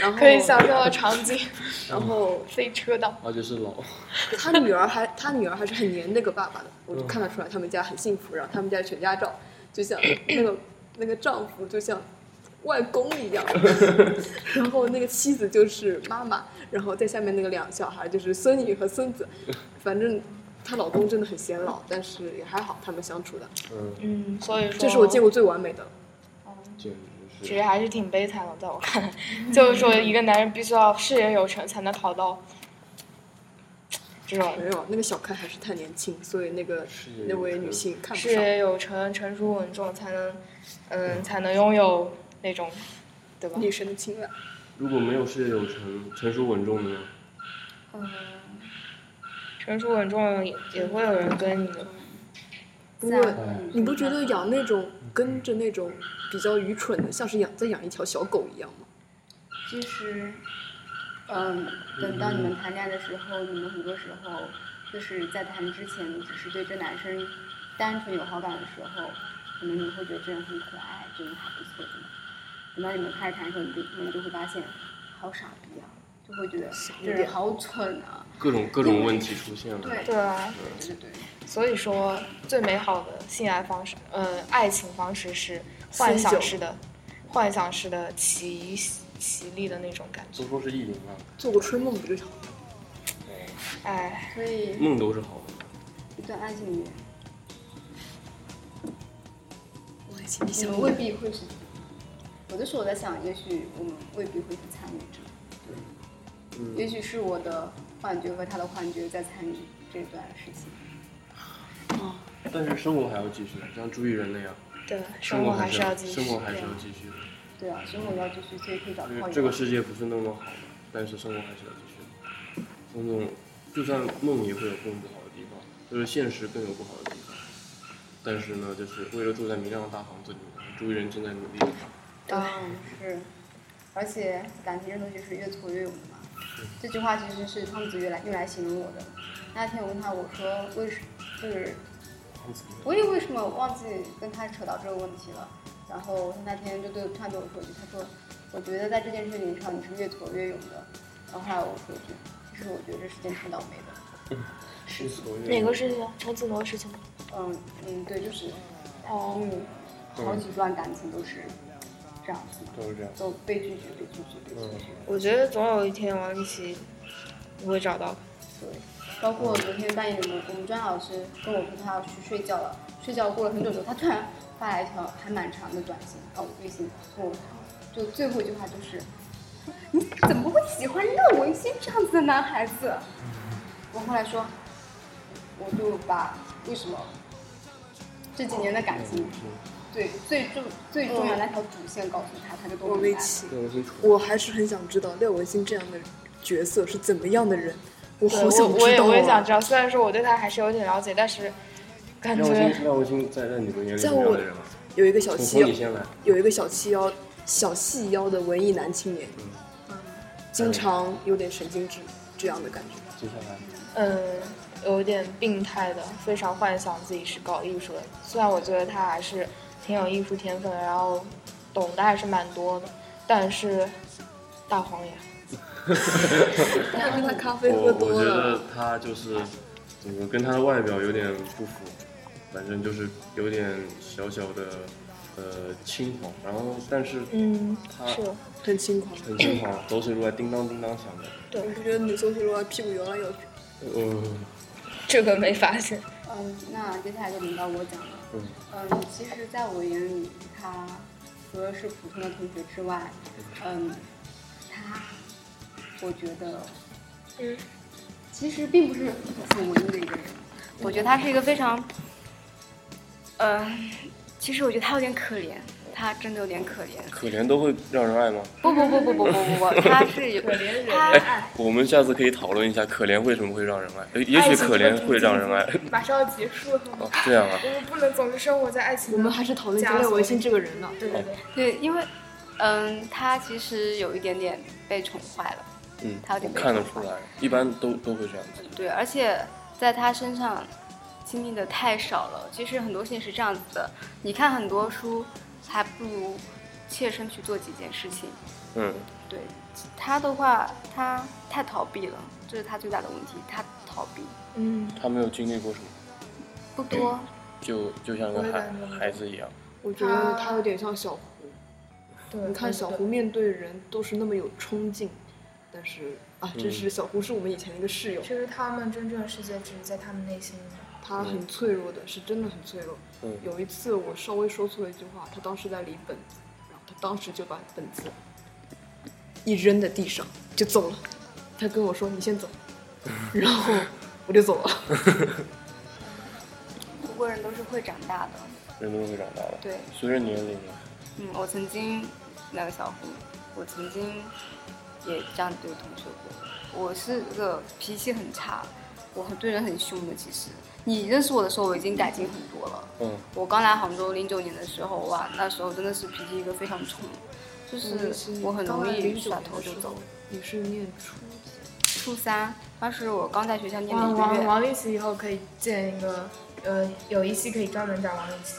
然后可以想象的场景， [laughs] 然后飞车道。而且是老， [laughs] 他女儿还他女儿还是很黏那个爸爸的，我就看得出来他们家很幸福。然后他们家全家照，就像那个那个丈夫就像外公一样，然后那个妻子就是妈妈，然后在下面那个两小孩就是孙女和孙子，反正。她老公真的很显老，但是也还好，他们相处的，嗯，嗯，所以说这是我见过最完美的。简直其实是还是挺悲惨的，在我看来， [laughs] 就是说一个男人必须要事业有成才能考到这种没有，那个小开还是太年轻，所以那个事业有那位成女性看不事上。业有成、成熟稳重，才能嗯才能拥有那种，对吧？女神的青睐，如果没有事业有成、成熟稳重的呢？成熟稳重也也会有人跟你们不过你不觉得养那种跟着那种比较愚蠢的，像是养在养一条小狗一样吗？其实，嗯，等到你们谈恋爱的时候，你们很多时候就是在谈之前，只是对这男生单纯有好感的时候，可能你会觉得这人很可爱，这人还不错，怎么？等到你们开始谈的时候，你就你们就会发现，好傻逼啊，就会觉得这人好蠢啊。各种各种问题出现了。对对啊，对对对，所以说最美好的性爱方式，呃，爱情方式是幻想式的，幻想式的奇奇丽的那种感觉。都说是意淫啊，做个春梦不就好了？哎，所以梦都是好的。一段爱情里面，我还请你你想们问未，必会是，有的时候我在想，也许我们未必会是参与者。也嗯，许是我的幻觉和他的幻觉在参与这段事情。但是生活还要继续，像朱一人那样，对，生活还是是要继续。生活还是要继续的。对啊，生活要继续，所以可以找因炮友。为这个世界不是那么好的，但是生活还是要继续。种种，就算梦也会有更不好的地方，就是现实更有不好的地方。但是呢，就是为了住在明亮的大房子里面，朱一人正在努力。嗯是，而且感情这东西是越挫越勇的嘛。这句话其实是汤子越来越来形容我的。那天我问他，我说为什就是我也为什么忘记跟他扯到这个问题了。然后他那天就对突然对我说一句，他说：“我觉得在这件事情上你是越挫越勇的。”然后后来我说一句：“其实我觉得这是件挺倒霉的。”哪个事情？陈子罗的事情吗？嗯嗯，对，就是哦，嗯，好几段感情都是这样子嘛，都是这样。都被拒绝，被拒绝，被嗯拒绝。我觉得总有一天王一奇会找到。对，包括昨天半夜，我们我们专业老师跟我说他要去睡觉了，睡觉过了很久之后，他突然发来一条还蛮长的短信哦微信跟我说，就最后一句话就是，你怎么会喜欢廖文新这样子的男孩子？我后来说，我就把为什么这几年的感情。对，最重最重要那条主线告诉他，他就跟我我微明白了。奇，这种清楚。我还是很想知道廖文新这样的角色是怎么样的人，我对好我想我知也道我也想啊！知道，虽然说我对他还是有点了解，但是感廖文觉新，廖文新在在你们眼里在什么样我的人啊？有一个小从七从腰你，先来，有一个小细腰、小细腰的文艺男青年，嗯经常有点神经质这样的感觉。接下来。嗯，有点病态的，非常幻想自己是搞艺术的。虽然我觉得他还是挺有艺术天分的，然后懂的还是蛮多的，但是大黄呀，他跟他咖啡喝我我多觉了得，他就是怎么跟他的外表有点不符，反正就是有点小小的呃轻狂，然后但是嗯，他是很轻狂。很轻狂，走水路还叮当叮当响的，你不觉得你周杰伦啊屁股摇来摇去？呃，这个没发现。嗯，那接下来就轮到我讲了。嗯嗯，其实在我眼里，他除了是普通的同学之外，嗯，他，我觉得，嗯，其实并不是很文艺的一个人。我觉得他是一个非常，嗯，其实我觉得他有点可怜，他真的有点可怜。可怜都会让人爱吗？不不不不不不不不，他是有可怜人，啊他我们下次可以讨论一下，可怜为什么会让人爱？也也爱许情可这个怜途会让径人爱，马上要结束了，哦，这样啊，我们不能总是生活在爱情我们还是讨论一下廖文新这个人呢。对对对，对，因为，嗯，他其实有一点点被宠坏了。嗯，他有点看得出来，一般都都会这样子，对，而且在他身上，经历的太少了。其实很多事情是这样子的，你看很多书，还不如切身去做几件事情。嗯，对他的话，他太逃避了，这是他最大的问题，他逃避嗯，他没有经历过什么，不多。就就像我个也孩感觉孩子一样。我觉得他有点像小胡。对，你看小胡面对人都是那么有冲劲，但是啊，真是小胡是我们以前的一个室友其，实他们真正的世界只是在他们内心里。他很脆弱的，是真的很脆弱。嗯，有一次我稍微说错了一句话，他当时在理本子，然后他当时就把本子一扔在地上就走了。他跟我说：“你先走。”然后我就 [laughs] 走了。不过人都是会长大的。人都会长大的，对，随着年龄，嗯，我曾经那个小胡，我曾经也这样对同学过。我是个脾气很差，我很对人很凶的。其实你认识我的时候，我已经改进很多了。嗯，我刚来杭州零九年的时候哇，那时候真的是脾气一个非常冲，就是我很容易甩头就走。。你是念初初三，当时我刚在学校念了王一个王月，王力奇以后可以建一个，呃，有一期可以专门讲王力奇，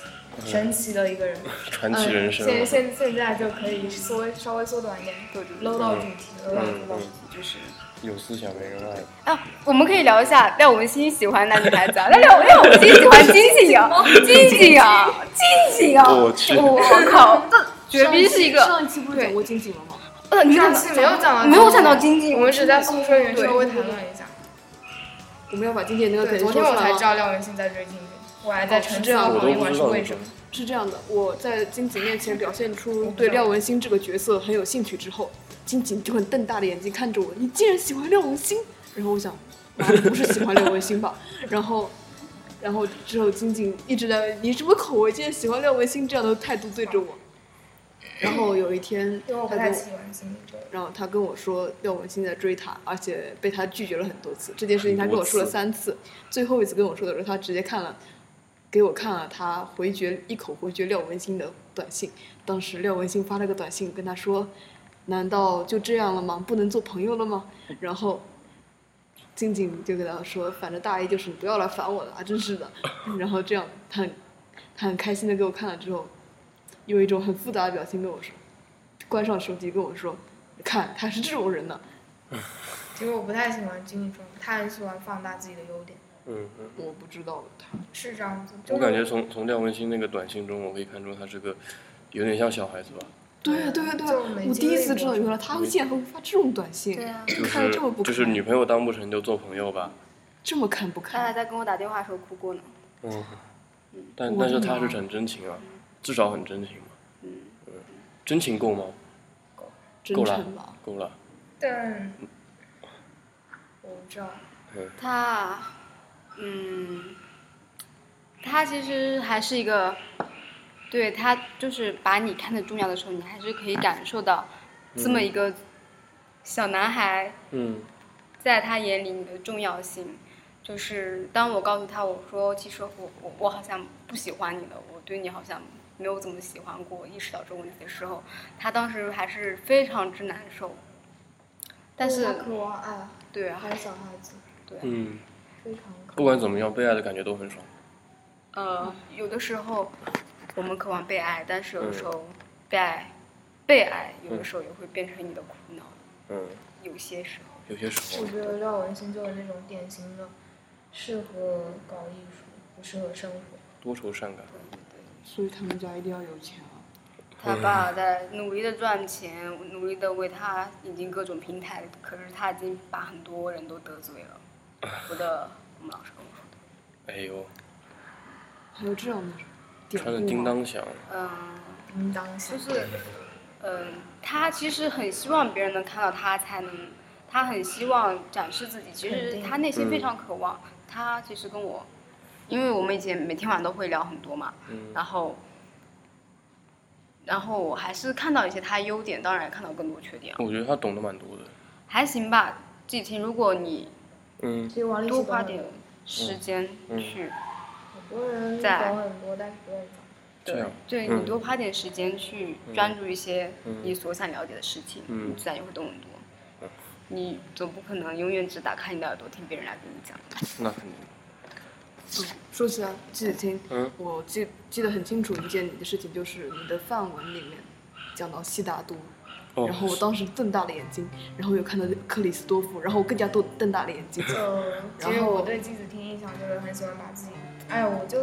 神奇的一个人，传嗯奇人生嗯。现现现在就可以稍微稍微缩短一点，对对对搂到主题，搂到主嗯题。嗯，就是。有思想没人爱。啊，我们可以聊一下廖文新喜欢的女孩子啊，那 [laughs] 廖廖文新喜欢金靖啊，金靖啊， [laughs] 金靖啊，我去我靠，这绝逼是一个，上一期不是讲过金靖了吗？呃， [laughs] 嗯你上看期没有讲到，没有讲到经济我们只在宿舍里面稍微谈论一下。我们要把今天那个对，梗昨说出天来我才吗知道廖文新在追金靖，我还在沉思哦考我虑都不管知是道为什么。是这样的，我在金井面前表现哦出对廖文星这个角色很有兴趣之后，金井就很瞪大的眼睛看着我，你竟然喜欢廖文星？然后我想，妈的不是喜欢廖文星吧？然后，然后之后金井一直在你什么口味，竟然喜欢廖文星这样的态度对着我。然后有一天，因为我不他太跟我喜欢金靖这个人。然后他跟我说廖文星在追他，而且被他拒绝了很多次。这件事情他跟我说了三次，最后一次跟我说的时候，他直接看了，给我看了他回绝一口回绝廖文星的短信。当时廖文星发了个短信跟他说：“难道就这样了吗？不能做朋友了吗？”然后。静静就给他说，反正大意就是你不要来烦我了啊，真是的。然后这样，他很他很开心的给我看了之后，用一种很复杂的表情跟我说，关上手机跟我说，看他是这种人呢、其实我不太喜欢金靖这种，他很喜欢放大自己的优点，嗯嗯。我不知道他。是这样子。就我是感觉从从廖文新那个短信中，我可以看出他是个有点像小孩子吧，对呀、对呀、对呀、就啊没我第经一历次知道，过原来他会竟然会发这种短信，对啊，嗯就看着是这么不就是堪女朋友当不成就做朋友吧，这么看不他还哎看？在跟我打电话的时候哭过呢，嗯，但我但的是他是妈很真情啊，至少很真情嘛，嗯，真情够吗？真够了诚吧？，够了，但我不知道，他，嗯，他其实还是一个，对他就是把你看得重要的时候，你还是可以感受到这么一个小男孩。嗯在他眼里你的重要性，就是当我告诉他我说，其实我我我好像不喜欢你了，我对你好像没有怎么喜欢过，意识到这个问题的时候，他当时还是非常之难受。但是他渴望爱，对啊，还是小孩子，嗯，非常渴不管怎么样，被爱的感觉都很爽，呃，有的时候我们渴望被爱，但是有的时候被爱，被爱有的时候也会变成你的苦恼，嗯，有些时候。有些时候我觉得廖文新就是那种典型的适合搞艺术，不适合生活。多愁善感，所以他们家一定要有钱啊！他爸在努力的赚钱，努力的为他引进各种平台，可是他已经把很多人都得罪了。我的，我们老师跟我说的，哎呦，还有这样的典故吗穿的叮当响，嗯，应当就想是，嗯，他其实很希望别人能看到他才能，他很希望展示自己，其肯实定他内心非嗯常渴望。他其实跟我，因为我们以前每天晚上都会聊很多嘛，嗯然后，然后我还是看到一些他优点，当然也看到更多缺点啊，我觉得他懂得蛮多的，还行吧。季婷，如果你嗯其实王力多奇花懂点很多，时间嗯去，很多人在懂很多，但是不愿意讲。这样对嗯你多花点时间去专注一些嗯你所想了解的事情，嗯你自然也会懂很多。你总不可能永远只打开你的耳朵听别人来跟你讲。那肯定，嗯说起来记得听，嗯我记记得很清楚一件你的事情，就是你的范文里面讲到悉达多，哦然后我当时瞪大了眼睛，然后又看到克里斯多夫，然后我更加多瞪大了眼 [laughs] 睛。嗯，其实然后我对季子听印象就是很喜欢把自己，哎，我就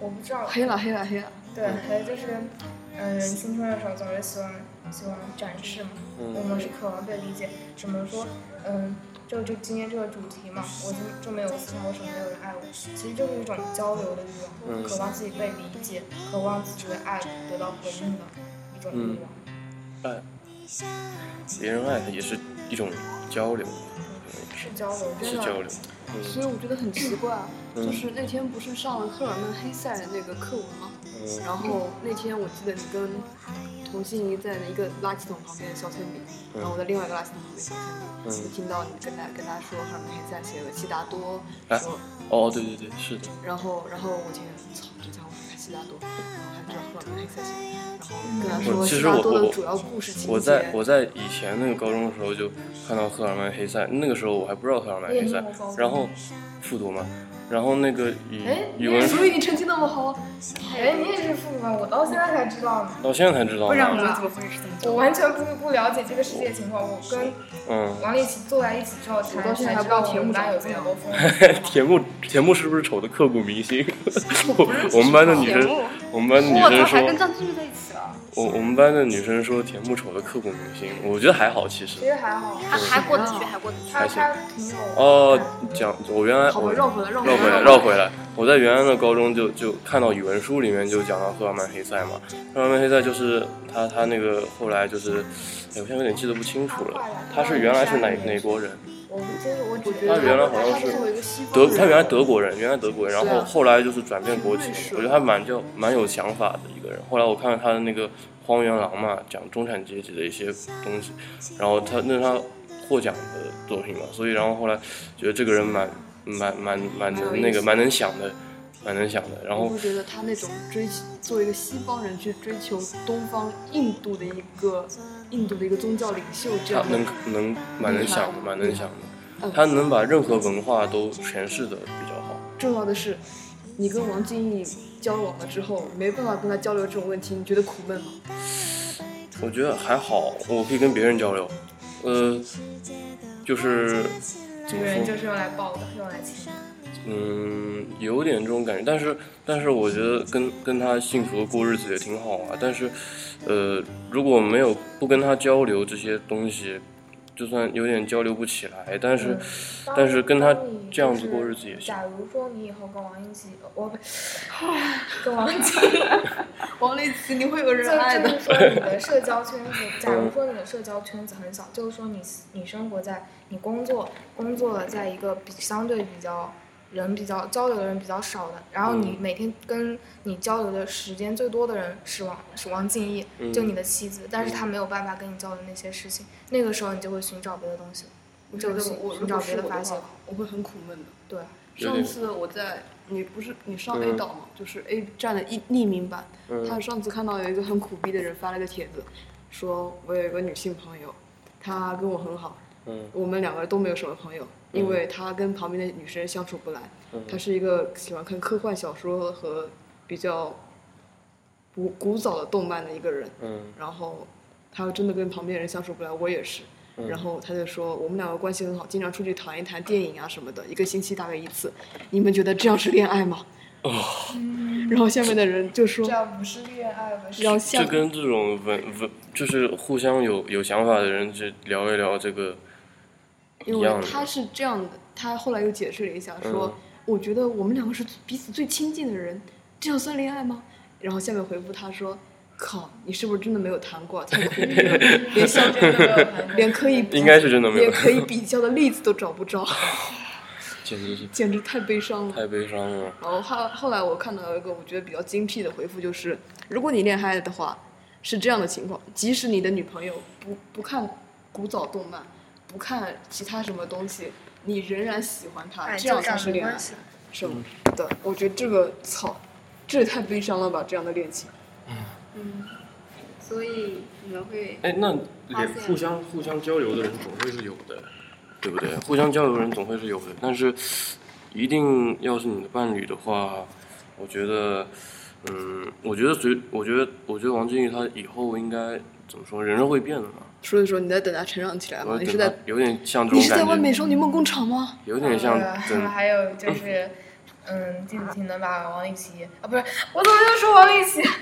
我不知道，黑了黑了黑了，对，还有就是，嗯，青春的时候总是喜欢喜欢展示嘛，嗯我们是渴望被理解。怎么说？嗯，就就今天这个主题嘛，我就就没有思考为什么没有人爱我，其实就是一种交流的欲望，嗯渴望自己被理解，渴望自己的爱得到回应的一种欲望。嗯爱，别人爱也是一种交流，是交流，是真的。交流。所以我觉得很奇怪啊，嗯就是那天不是上了赫尔曼黑塞的那个课文吗？嗯然后那天我记得你跟童心怡在一个垃圾桶旁边削铅笔，然后我在另外一个垃圾桶旁边削铅笔，嗯就听到你跟他跟他说赫尔曼黑塞写了悉达多，哎说哦，对对对，是的，然后然后我听操，这家伙看悉达多，然后还知道赫尔曼黑塞写的，然后跟他说我其悉实我达多的我主要故事情节，我在我在以前那个高中的时候就看到赫尔曼黑塞，那个时候我还不知道赫尔曼黑塞，然后复读嘛，然后那个语语文所以你成绩那么好，哎，你也是父母啊，我到现在才知道呢，到现在才知道不然我呢，们怎么会是这么我完全不不了解这个世界情况。我跟嗯，王丽琪坐在一起之后才，我才到现在还知不知道道我田们木班长有怎这么么样多疯人。田木田木是不是丑的刻骨铭心？ [laughs] 我们班的女生，我们班的女我操，生还跟说，张志玉在一起了，我我们班的女生说田木丑的刻骨铭心，我觉得还好其 [laughs] 其实。实还好，嗯还啊还过得嗯去，还过得去。他还行他挺有哦，讲我原来好吧，我绕回来绕绕回回来，来绕回来。我在原来的高中就就看到语文书里面就讲到赫尔曼黑塞嘛，赫尔曼黑塞就是他他那个后来就是，哎，我现在有点记得不清楚了，他是原来是哪哪国人？我这个我只他原来好像他是作为一个西方德，人他原来德国人，原来德国人，然是后啊后来就是转变国籍瑞士，我觉得他蛮叫蛮有想法的一个人。后来我看了他的那个《荒原狼》嘛，讲中产阶级的一些东西，然后他那是他获奖的作品嘛，所以然后后来觉得这个人蛮蛮蛮蛮蛮有能意那个思蛮能想的，蛮能想的。然我后会觉得他那种追求作为一个西方人去追求东方印度的一个印度的一个宗教领袖这他样的能能蛮能想的，蛮能想嗯的，他能把任何文化都诠释的比较好。重要的是，你跟王静义交往了之后，没办法跟他交流这种问题，你觉得苦闷吗？我觉得还好，我可以跟别人交流，呃，就是怎么人说就，是用来抱的，用来亲。嗯，有点这种感觉，但是但是我觉得跟跟他幸福的过日子也挺好啊。但是，呃，如果没有不跟他交流这些东西，就算有点交流不起来，但是、但是跟他这样子过日子也行假。如说你以后跟王一起，我 [laughs] 不，跟王一起，王丽琪，你会有就人爱就的。是说你的社 [laughs] 交圈子，假嗯如说你的社交圈子很小，就是说你你生活在你工作工作了在一个比相对比较人比较交流的人比较少的，然后你嗯每天跟你交流的时间最多的人是王是王静怡，嗯就你的妻子，但是她没有办法跟你交流那些事情，那个时候你就会寻找别的东西，我觉就得寻我寻如找果别是我的的发泄话。，我会很苦闷的。对，有上点次我在你不是你上嗯 A 岛嘛，就是 A 站的匿匿名版，嗯他上次看到有一个很苦逼的人发了个帖子，说我有一个女性朋友，她跟我很好，嗯我们两个都没有什么朋友，因为她跟旁边的女生相处不来。嗯她是一个喜欢看科幻小说和比较古古早的动漫的一个人，嗯然后她真的跟旁边人相处不来，我也是。嗯然后她就说我们两个关系很好，经常出去谈一谈电影啊什么的，一个星期大概一次。你们觉得这样是恋爱吗？哦 [laughs] 然后下面的人就说这，样不是恋爱吧？是然后这下跟这种文文就是互相有有想法的人去聊一聊这个一因样为的。他是这样的，他后来又解释了一下，说、嗯我觉得我们两个是彼此最亲近的人，这样算恋爱吗？然后下面回复他说。靠，你是不是真的没有谈过？太苦逼了，连相连可以比应该是真的没有连嗯可以比较的例子都找不着， [laughs] 简直是简直太悲伤了。太悲伤了。然后后后来我看到一个我觉得比较精辟的回复，就是如果你恋爱的话，是这样的情况：即使你的女朋友不不看古早动漫，不看其他什么东西，你仍然喜欢她，哎，这就样这才样是没恋爱关。系。是吗？嗯对，我觉得这个操，这也太悲伤了吧！这样的恋情，所以你们会哎，那发连现互相互相交流的人总会是有的，对不对？互相交流的人总会是有的，但是一定要是你的伴侣的话，我觉得，嗯，我觉得随，我觉得，我觉得王俊逸他以后应该怎么说？人是会变的嘛，所以说你在等他成长起来我吗？你等啊是他在有点像这你是种在完感美觉，少女梦工厂吗？有点像呃真的。还有就是，嗯，季子婷能把王励勤啊，不是，我怎么又说王励勤？ [laughs]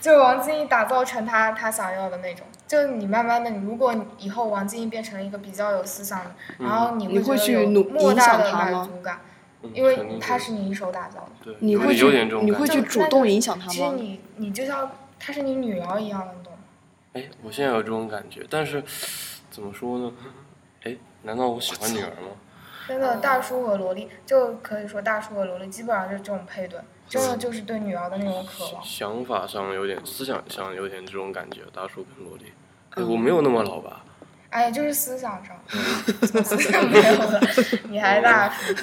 就是王静怡打造成她她想要的那种。就你慢慢的，你如果你以后王静怡变成一个比较有思想，然后你嗯你会会觉去得有努莫影响大的她满吗足感，嗯因肯定为会她是你一手打造的。对，你有会有去点这种你感会觉去就主那动个影响他其实吗？你你就像她是你女儿一样的，你懂吗？哎，我现在有这种感觉，但是怎么说呢？哎，难道我喜欢女儿吗？真的，大叔和萝哦莉就可以说大叔和萝莉基本上就是这种配对，真的就是对女儿的那种渴望。想法上有点，思想上有点这种感觉，大叔跟萝莉。嗯哎我没有那么老吧？哎呀，就是思想上，嗯 [laughs] 思想没有了，你还大叔，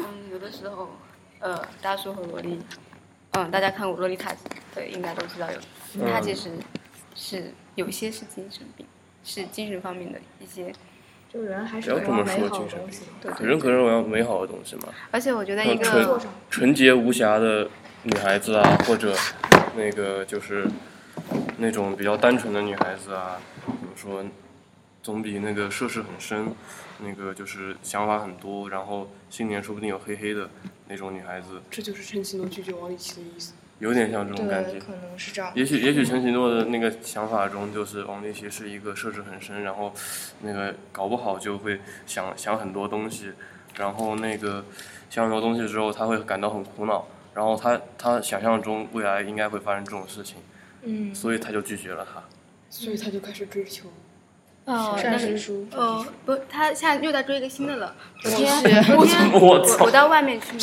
嗯，有的时候，呃，大叔和萝莉，嗯，大家看过《洛丽塔》的应该都知道有，嗯他其实是有一些是精神病，是精神方面的一些，就人还是不要渴这么望说美好精的神东病西。对对人可是我要美好的东西嘛，而且我觉得一像纯个纯洁无瑕的女孩子啊，或者那个就是那种比较单纯的女孩子啊，怎么说，总比那个涉世很深，那个就是想法很多，然后心里面说不定有黑黑的那种女孩子，这就是陈其诺拒绝王励勤的意思。有点像这种感觉对，。可能是这样。也许也许陈启诺的那个想法中，就是王立奇是一个涉世很深，然后那个搞不好就会想想很多东西，然后那个想很多东西之后，他会感到很苦恼，然后他他想象中未来应该会发生这种事情，嗯，所以他就拒绝了他。所以他就开始追求，嗯哦呃，膳那食个书，呃，不，他现在又在追一个新的了。昨天嗯我昨天我我我到外面去嘛，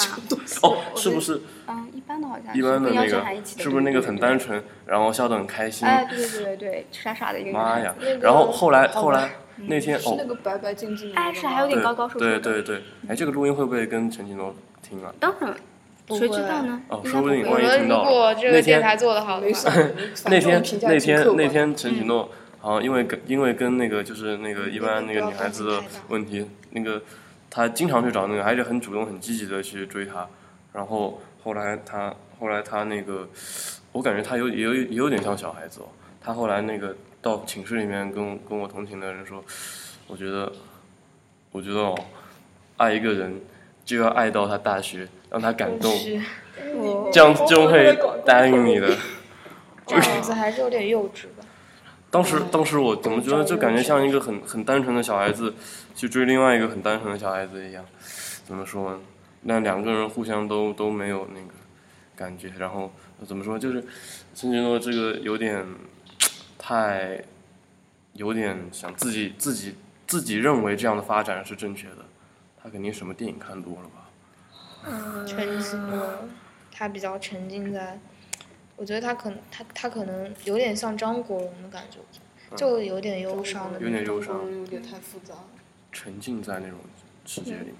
哦，是不是嗯，一般的好像一般的跟姚那晨个涵一起的，是不是那个很单纯，然后笑得很开心？哎，对对对对对，傻傻的一个哦嗯女妈孩呀子！然后后来后来那天是哦那，个白白净净的那个哎，吗。是还有点高高瘦瘦对的。对对，哎，这个录音会不会跟陈启诺听啊？当然，谁知道呢？哦，应该说不定会万一听到了那天。做得好没事儿，反正我那天们评价那也挺客天观嗯那天陈启诺好像因为跟因为跟那个就是那个一般那个女孩子的问题，那个他经常去找那个，而且很主动很积极的去追她，然后后来他后来他那个，我感觉他有也有也有点像小孩子哦，他后来那个到寝室里面跟我跟我同寝的人说，我觉得我觉得哦，爱一个人就要爱到他大学，让他感动， [laughs] 这样子就会答应你的。这 [laughs] 样子还是有点幼稚吧。当时，当时我怎么觉得就感觉像一个很很单纯的小孩子去追另外一个很单纯的小孩子一样，怎么说呢？那两个人互相都都没有那个感觉，然后怎么说？就是孙杰诺这个有点太有点想自己自己自己认为这样的发展是正确的，他肯定什么电影看多了吧？嗯沉浸了，他比较沉浸在，我觉得他可能他他可能有点像张国荣的感觉，就有点忧伤的嗯有那点种。忧伤，嗯有点太复杂了。沉浸在那种世界里面。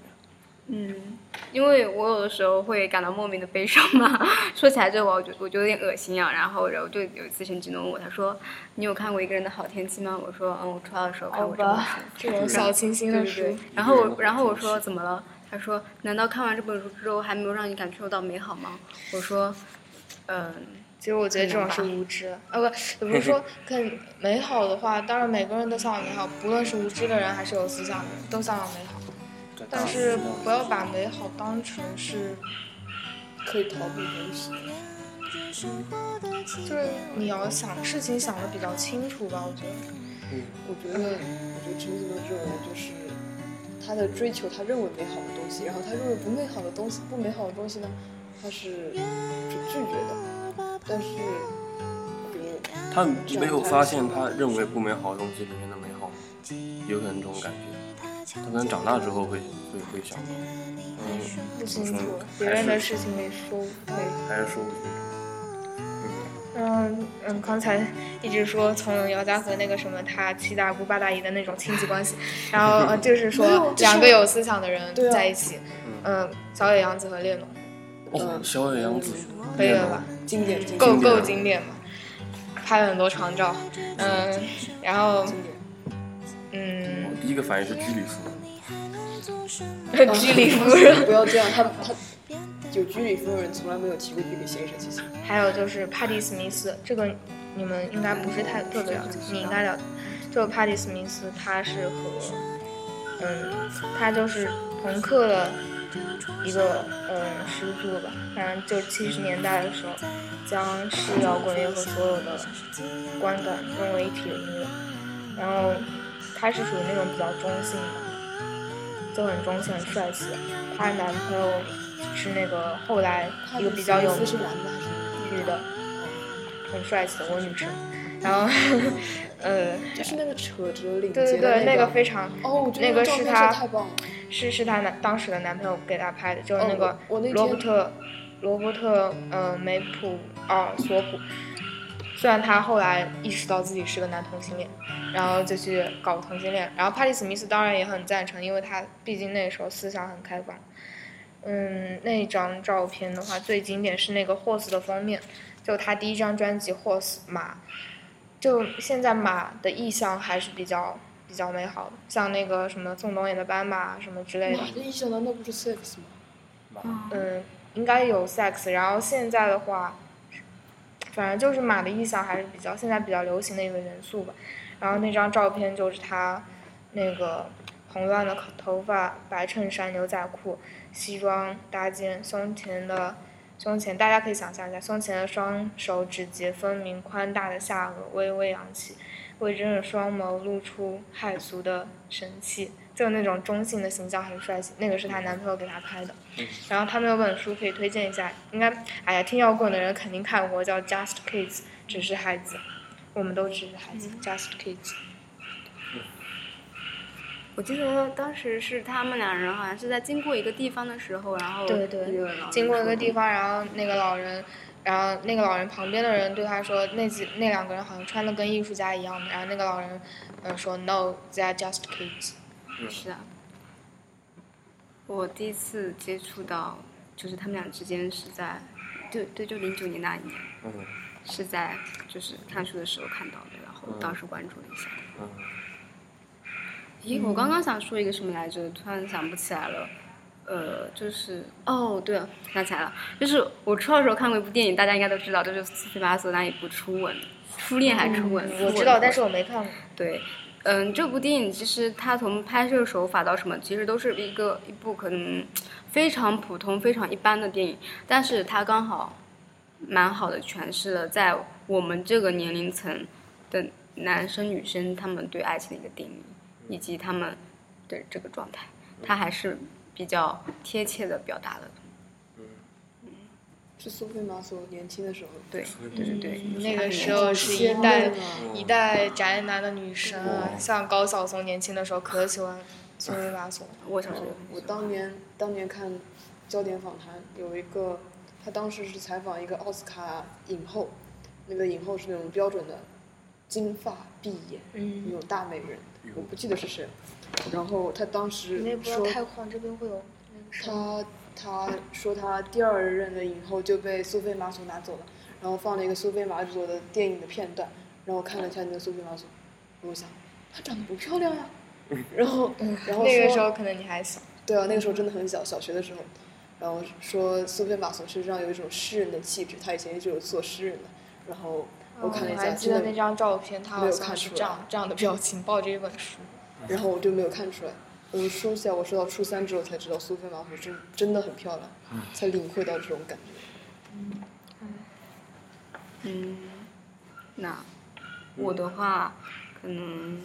嗯，因为我有的时候会感到莫名的悲伤嘛。 [laughs] 说起来这个，我觉我觉得有点恶心啊。然后，然后就有一次陈志农我，他说：“你有看过一个人的好天气吗？”我说：“嗯，我初二的时候看好过这本书。吧，这种小清新的书，然后我，然后我说：“怎么了？”他说：“难道看完这本书之后还没有让你感受到美好吗？”我说：“呃嗯、其实我觉得这种是无知的，啊不，也不是说更美好的话，当然每个人都向往美好，不论是无知的人还是有思想的人，都向往美好。但是不要把美好当成是，可以逃避的东西。就是你要想事情想的比较清楚吧，我觉得。我觉得，我觉得陈景东这种人就是他的追求他认为美好的东西，然后他认为不美好的东西、不美好的东西呢，他是是拒绝的。但是，比如他没有发现他认为不美好的东西里面的美好，有可能这种感觉。他可能长大之后会会会想到，嗯，不怎清么楚说呢，别人的事情没说，没还是说不清楚。嗯嗯，刚才一直说从姚家和那个什么他七大姑八大姨的那种亲 [laughs] 戚关系，然后呃就是没有说就是两个有思想的人对啊在一起，嗯，小野洋子和列侬，哦，小野洋子，可以嗯了吧？经典经典够典够经典吧？拍了很多长照，嗯，然后经典，嗯哦我第一个反应是居里夫，居里夫人。不要这样，他他有居里夫人，从来没有提过居里先生，谢谢。还有就是帕蒂·史密斯，这个你们应该不是太特别了解，你应该了解。这个帕蒂·史密斯，他是和，嗯，他就是朋克的一个嗯始祖吧，反正就七十年代的时候，将是摇滚乐和所有的观感融为一体的音乐。然后他是属于那种比较中性的，就很中性、很帅气。她男朋友是那个后来一个比较有名斯是男的还是？女的，嗯很帅气的我女神。嗯然后， [laughs] 呃，就是那个扯着领对结对的对，那个个非常哦，我觉得那个照是片真他的太棒了。是是她男当时的男朋友给她拍的，就是哦那个我我那罗伯天特罗伯特呃梅普奥索普。虽然他后来意识到自己是个男同性恋，然后就去搞同性恋。然后帕蒂·史密斯当然也很赞成，因为他毕竟那时候思想很开放。嗯，那张照片的话，最经典是那个《Horse》的封面，就他第一张专辑《Horse》马，就现在马的意象还是比较比较美好的，像那个什么宋冬野的《斑马》什么之类的哇，，这意象难道不是 sex 吗？嗯，应该有 sex。然后现在的话，反正就是马的意象还是比较现在比较流行的一个元素吧。然后那张照片就是他那个蓬乱的头发、白衬衫、牛仔裤、西装搭肩，胸前的胸前大家可以想象一下，胸前的双手指节分明，宽大的下颚微微扬起，微睁的双眸露出骇俗的神气。就那种中性的形象很帅气，那个是她男朋友给她拍的。然后他们有本书可以推荐一下，应该哎呀，听摇滚的人肯定看过，叫《Just Kids》，只是孩子，我们都只是孩子，Just Kids》。我记得当时是他们两人好像是在经过一个地方的时候，然后对对一个老经哦过一个人嗯地方，然后那个老人，然后那个老人旁边的人对他说，那几那两个人好像穿的跟艺术家一样的，然后那个老人，嗯、说 No，they are just kids。说是啊，我第一次接触到就是他们俩之间是在，对对，就零九年那一年嗯是在就是看书的时候看到的，然后当时关注了一下。嗯，咦，我刚刚想说一个什么来着，突然想不起来了。呃，就是哦，对了，想起来了，就是我初二的时候看过一部电影，大家应该都知道，就是斯皮巴索那一部《初吻》，初恋还是初吻？初嗯我吻知道，的但是我没看过。对，嗯，这部电影其实它从拍摄手法到什么，其实都是一个一部可能非常普通、非常一般的电影，但是它刚好蛮好的诠释了在我们这个年龄层的男生女生他们对爱情的一个定义，以及他们的这个状态，它还是比较贴切的表达了。是苏菲玛索年轻的时候。对，对对对，嗯那个时候候是一代嗯一代宅男的女神啊，嗯像高晓松年轻的时候可喜欢苏菲玛索了。我小时候我当年当年看《焦点访谈》，有一个他当时是采访一个奥斯卡影后，那个影后是那种标准的金发碧眼，嗯那种大美人，我不记得是谁。然后他当时你也不要说太晃，这边会有那个声音。他他说他第二任的影后就被苏菲玛索拿走了，然后放了一个苏菲玛索的电影的片段，然后我看了一下那个苏菲玛索，我想她长得不漂亮呀、然后然后哎那个说时候可能你还小，对啊，那个时候真的很小，小学的时候，然后说苏菲玛索身上有一种诗人的气质，她以前一直有做诗人的。然后我看了一哦嗯我下，还记真得的那张照片，他没好有像看是出这样来这样的表情抱着一本书。然后我就没有看出来。我说起来，我是到初三之后才知道苏菲玛索真真的很漂亮，才领会到这种感觉。嗯，那嗯我的话，可能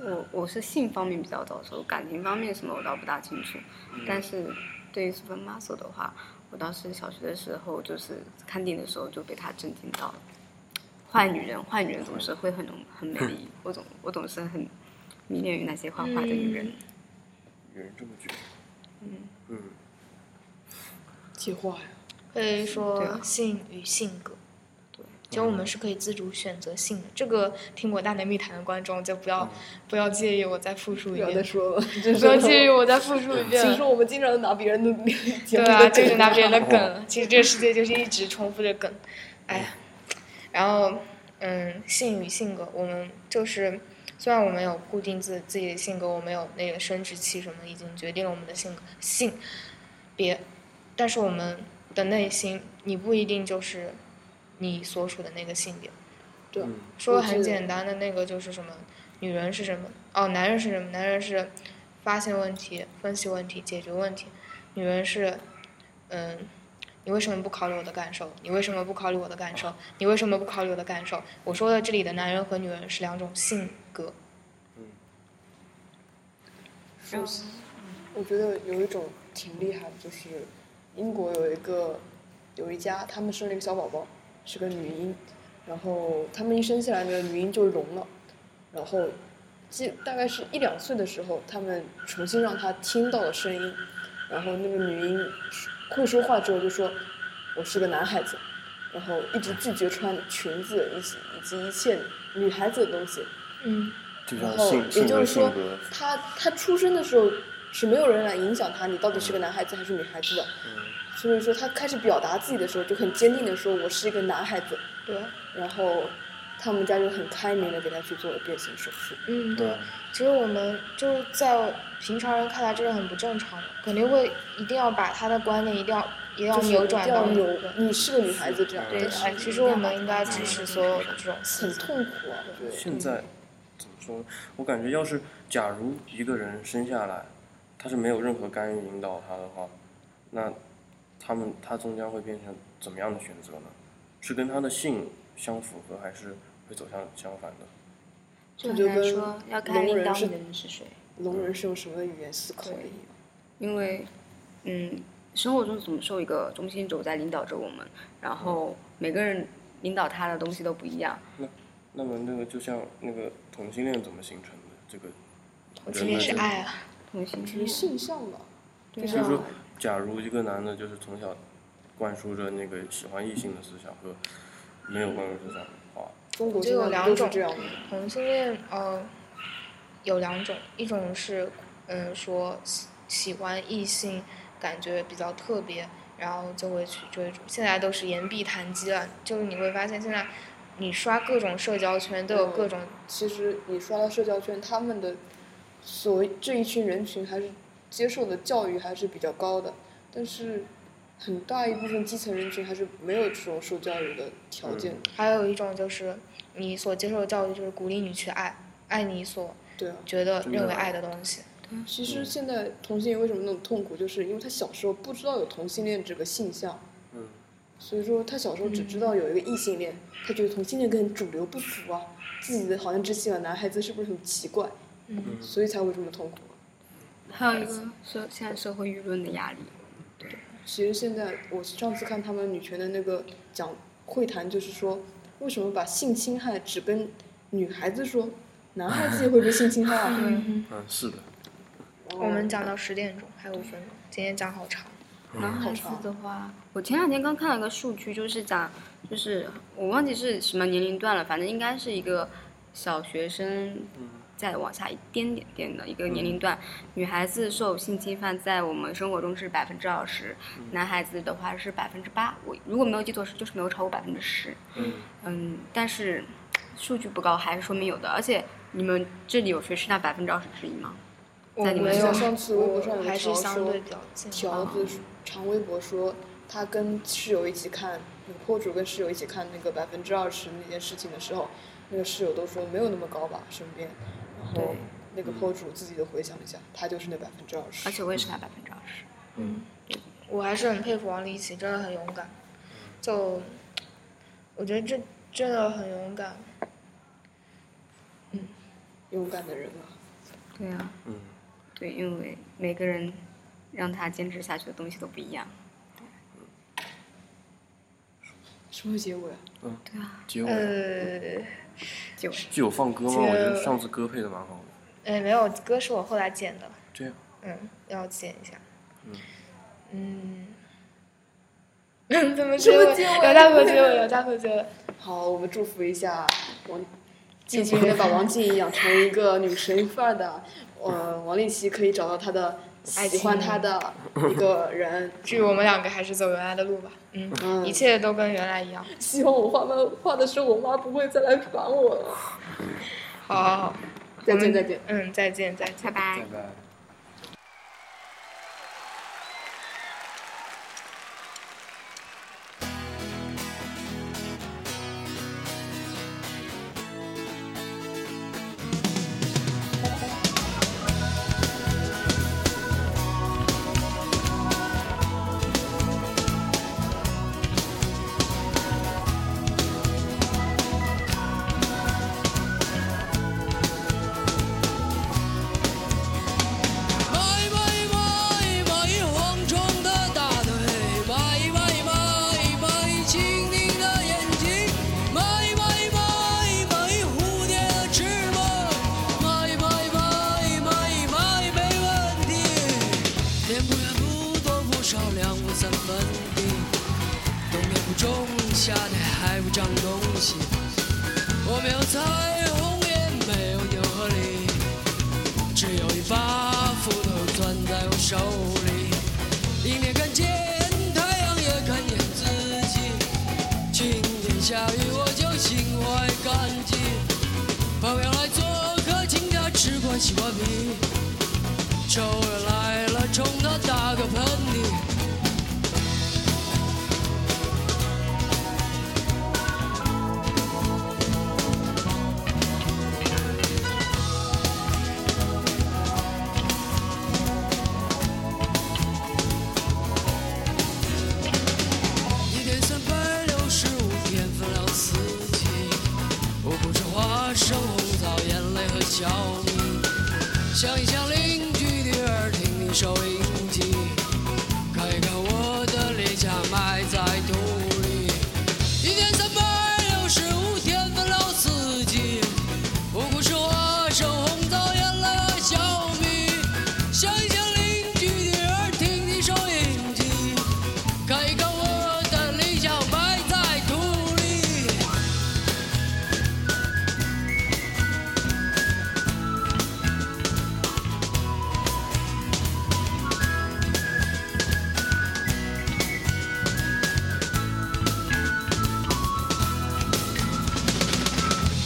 我我是性方面比较早熟，感情方面什么我倒不大清楚。嗯但是对于 Super Muscle 的话，我当时小学的时候就是看电影的时候就被他震惊到了。坏女人，坏女人总是会很容很美丽， [laughs] 我总我总是很迷恋于那些坏坏的女人。有人这么觉得。嗯嗯，计划呀，可以对说啊性与性格，对，就嗯我们是可以自主选择性的。这个听过《大内密谈》的观众就嗯不要不要介意我再复述不一要再遍，说 [laughs] 了，真不要介意是。我再复述一遍其了实。我们经常拿别人的 [laughs] 节对目啊，的哦就是拿别人的梗梗。其实这个世界就是一直重复着梗，哎呀，然后嗯，性与性格，我们就是虽然我们有固定自自己的性格，我们有那个生殖器什么已经决定了我们的性格性别，但是我们的内心，你不一定就是你所属的那个性别。对嗯说我个记很得简单的那个就是什么，女人是什么？哦，男人是什么？男人是发现问题、分析问题、解决问题；女人是，嗯，你为什么不考虑我的感受？你为什么不考虑我的感受？你为什么不考虑我的感受？我说的这里的男人和女人是两种性格。我觉得有一种挺厉害的，就是英国有一个有一家，他们生了一个小宝宝，是个女婴，然后他们一生下来呢，女婴就聋了，然后记大概是一两岁的时候，他们重新让她听到了声音，然后那个女婴会说话之后就说：“我是个男孩子。”然后一直拒绝穿裙子，以及以及一切女孩子的东西，嗯，就然像后性也性就格是性说格，，他他出生的时候是没有人来影响他，你到底是个男孩子还是女孩子的。嗯所以说他开始表达自己的时候，就很坚定的说我是一个男孩子。对，然后他们家就很开明的给他去做了变性手术。嗯，对。其实我们就在平常人看来，这是很不正常的，肯定会一定要把他的观念一定要也要就是扭一转定要到一扭个，你是个女孩子这样，对，但是哎，其实我们应该支持所有的这种思很想。痛苦啊，我觉得。现在怎么说？我感觉要是假如一个人生下来，他是没有任何干预引导他的话，那他们他终将会变成怎么样的选择呢？是跟他的性相符合，还是会走向相反的？就就很难跟说要看聋领人导是你的人是谁，聋人是用什么语言思考的对一样？因为嗯，生活中总是有一个中心轴在领导着我们，然后每个人领导他的东西都不一样。那么那个就像那个同性恋怎么形成的？这个我今天是爱啊，同性你恋，性向吧，嗯对就是说啊，，假如一个男的就是从小灌输着那个喜欢异性的思想和没有灌输思想的话，中国就现有在两都是种这样的。同性恋呃有两种，一种是嗯说喜喜欢异性，感觉比较特别，然后就会去追逐。现在都是言必谈基了，就是你会发现现在你刷各种社交圈都有嗯各种其实你刷到社交圈，他们的所谓这一群人群还是接受的教育还是比较高的，但是很大一部分基层人群还是没有这种受教育的条件的。还有一种就是你所接受的教育就是鼓励你去爱，爱你所对啊，觉得真的认为爱的东西。其实现在同性恋为什么那么痛苦，就是因为他小时候不知道有同性恋这个性向，嗯，所以说他小时候只知道有一个异性恋，他觉得同性恋跟主流不符啊，自己的好像只喜欢男孩子，是不是很奇怪？嗯所以才会这么痛苦。啊还有一个社现在社会舆论的压力，其实现在我上次看他们女权的那个讲会谈，就是说为什么把性侵害只跟女孩子说，男孩子也会被性侵害啊？嗯，嗯，是的，嗯我们讲到十点钟，还有五分钟，今天讲好长。男孩子的话，我前两天刚看了个数据，就是讲，就是我忘记是什么年龄段了，反正应该是一个小学生，再往下一点点点的一个年龄段，女孩子受性侵犯在我们生活中是百分之二十，男孩子的话是百分之八，我如果没有记错是就是没有超过百分之十，嗯嗯，但是数据不高还是说明有的，而且你们这里有谁是那百分之二十之一吗？我在你们没有，像上次微博上有我还是条相说对比较近。条子长微博说，他跟室友一起看，那个 PO 主跟室友一起看那个百分之二十那件事情的时候，那个室友都说没有那么高吧，身边，然后那个 PO 主自己都回想了一下，他就是那百分之二十而。且我也是那百分之二十，我还是很佩服王励勤，真的很勇敢。就，我觉得这真的很勇敢。勇敢的人啊，对啊。嗯，对，因为每个人让他坚持下去的东西都不一样。什么结尾啊？结尾了呃，就就有放歌吗？结我觉得上次歌配的蛮好的，哎，没有，歌是我后来剪的。这样嗯，要剪一下。嗯。 [laughs] 嗯。怎么结尾？有大头结尾，有大头结尾。好，我们祝福一下王，静静能把王静怡养成一个女神范儿的，呃，王丽琪可以找到她的喜欢她的一个人。至于我们两个，还是走原来的路吧。嗯，嗯一切都跟原来一样。希望我画漫画的时候，我妈不会再来烦我了。好好好，再见再见。嗯，再见，再见。拜拜拜。拜。迈迈迈迈，蝗虫的大腿；迈迈迈迈，蜻蜓的眼睛；迈迈迈迈，蝴蝶的翅膀；迈迈迈迈迈，没问题。天不远，不多不少，两不三分地。冬天不种，夏天还不长东西。我没有彩虹，也没有牛和梨。只有一把斧头攥在我手里，阴天看见太阳，也看见自己。今天下雨，我就心怀感激。朋友来做客，请他吃罐西瓜皮。仇人来了，冲他打个喷嚏。一天三百六十五天分了四季，我不吃花生、红枣、眼泪和小米。想一想邻居的耳，听听收音机，看一看我的脸颊埋在土里。一天三百六十五天分了四季，我不吃花生、红枣、眼泪和小米。想一想邻居的耳，听听收音机。看一看我的理想埋在土里。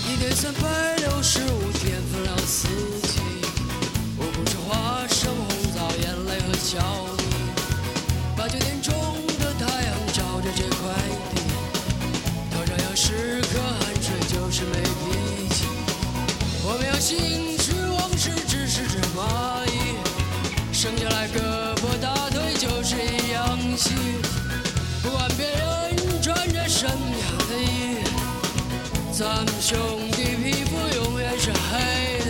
一年三百六十五天分了四季，我不吃花生、红枣、眼泪和小米。八九点钟的太阳照着这块地，头上有十颗汗水，就是没脾气。我没有心事，往事只是只蚂蚁，生下来胳膊大腿就是一样细。不管别人穿着什么样的衣，咱们兄弟皮肤永远是黑的。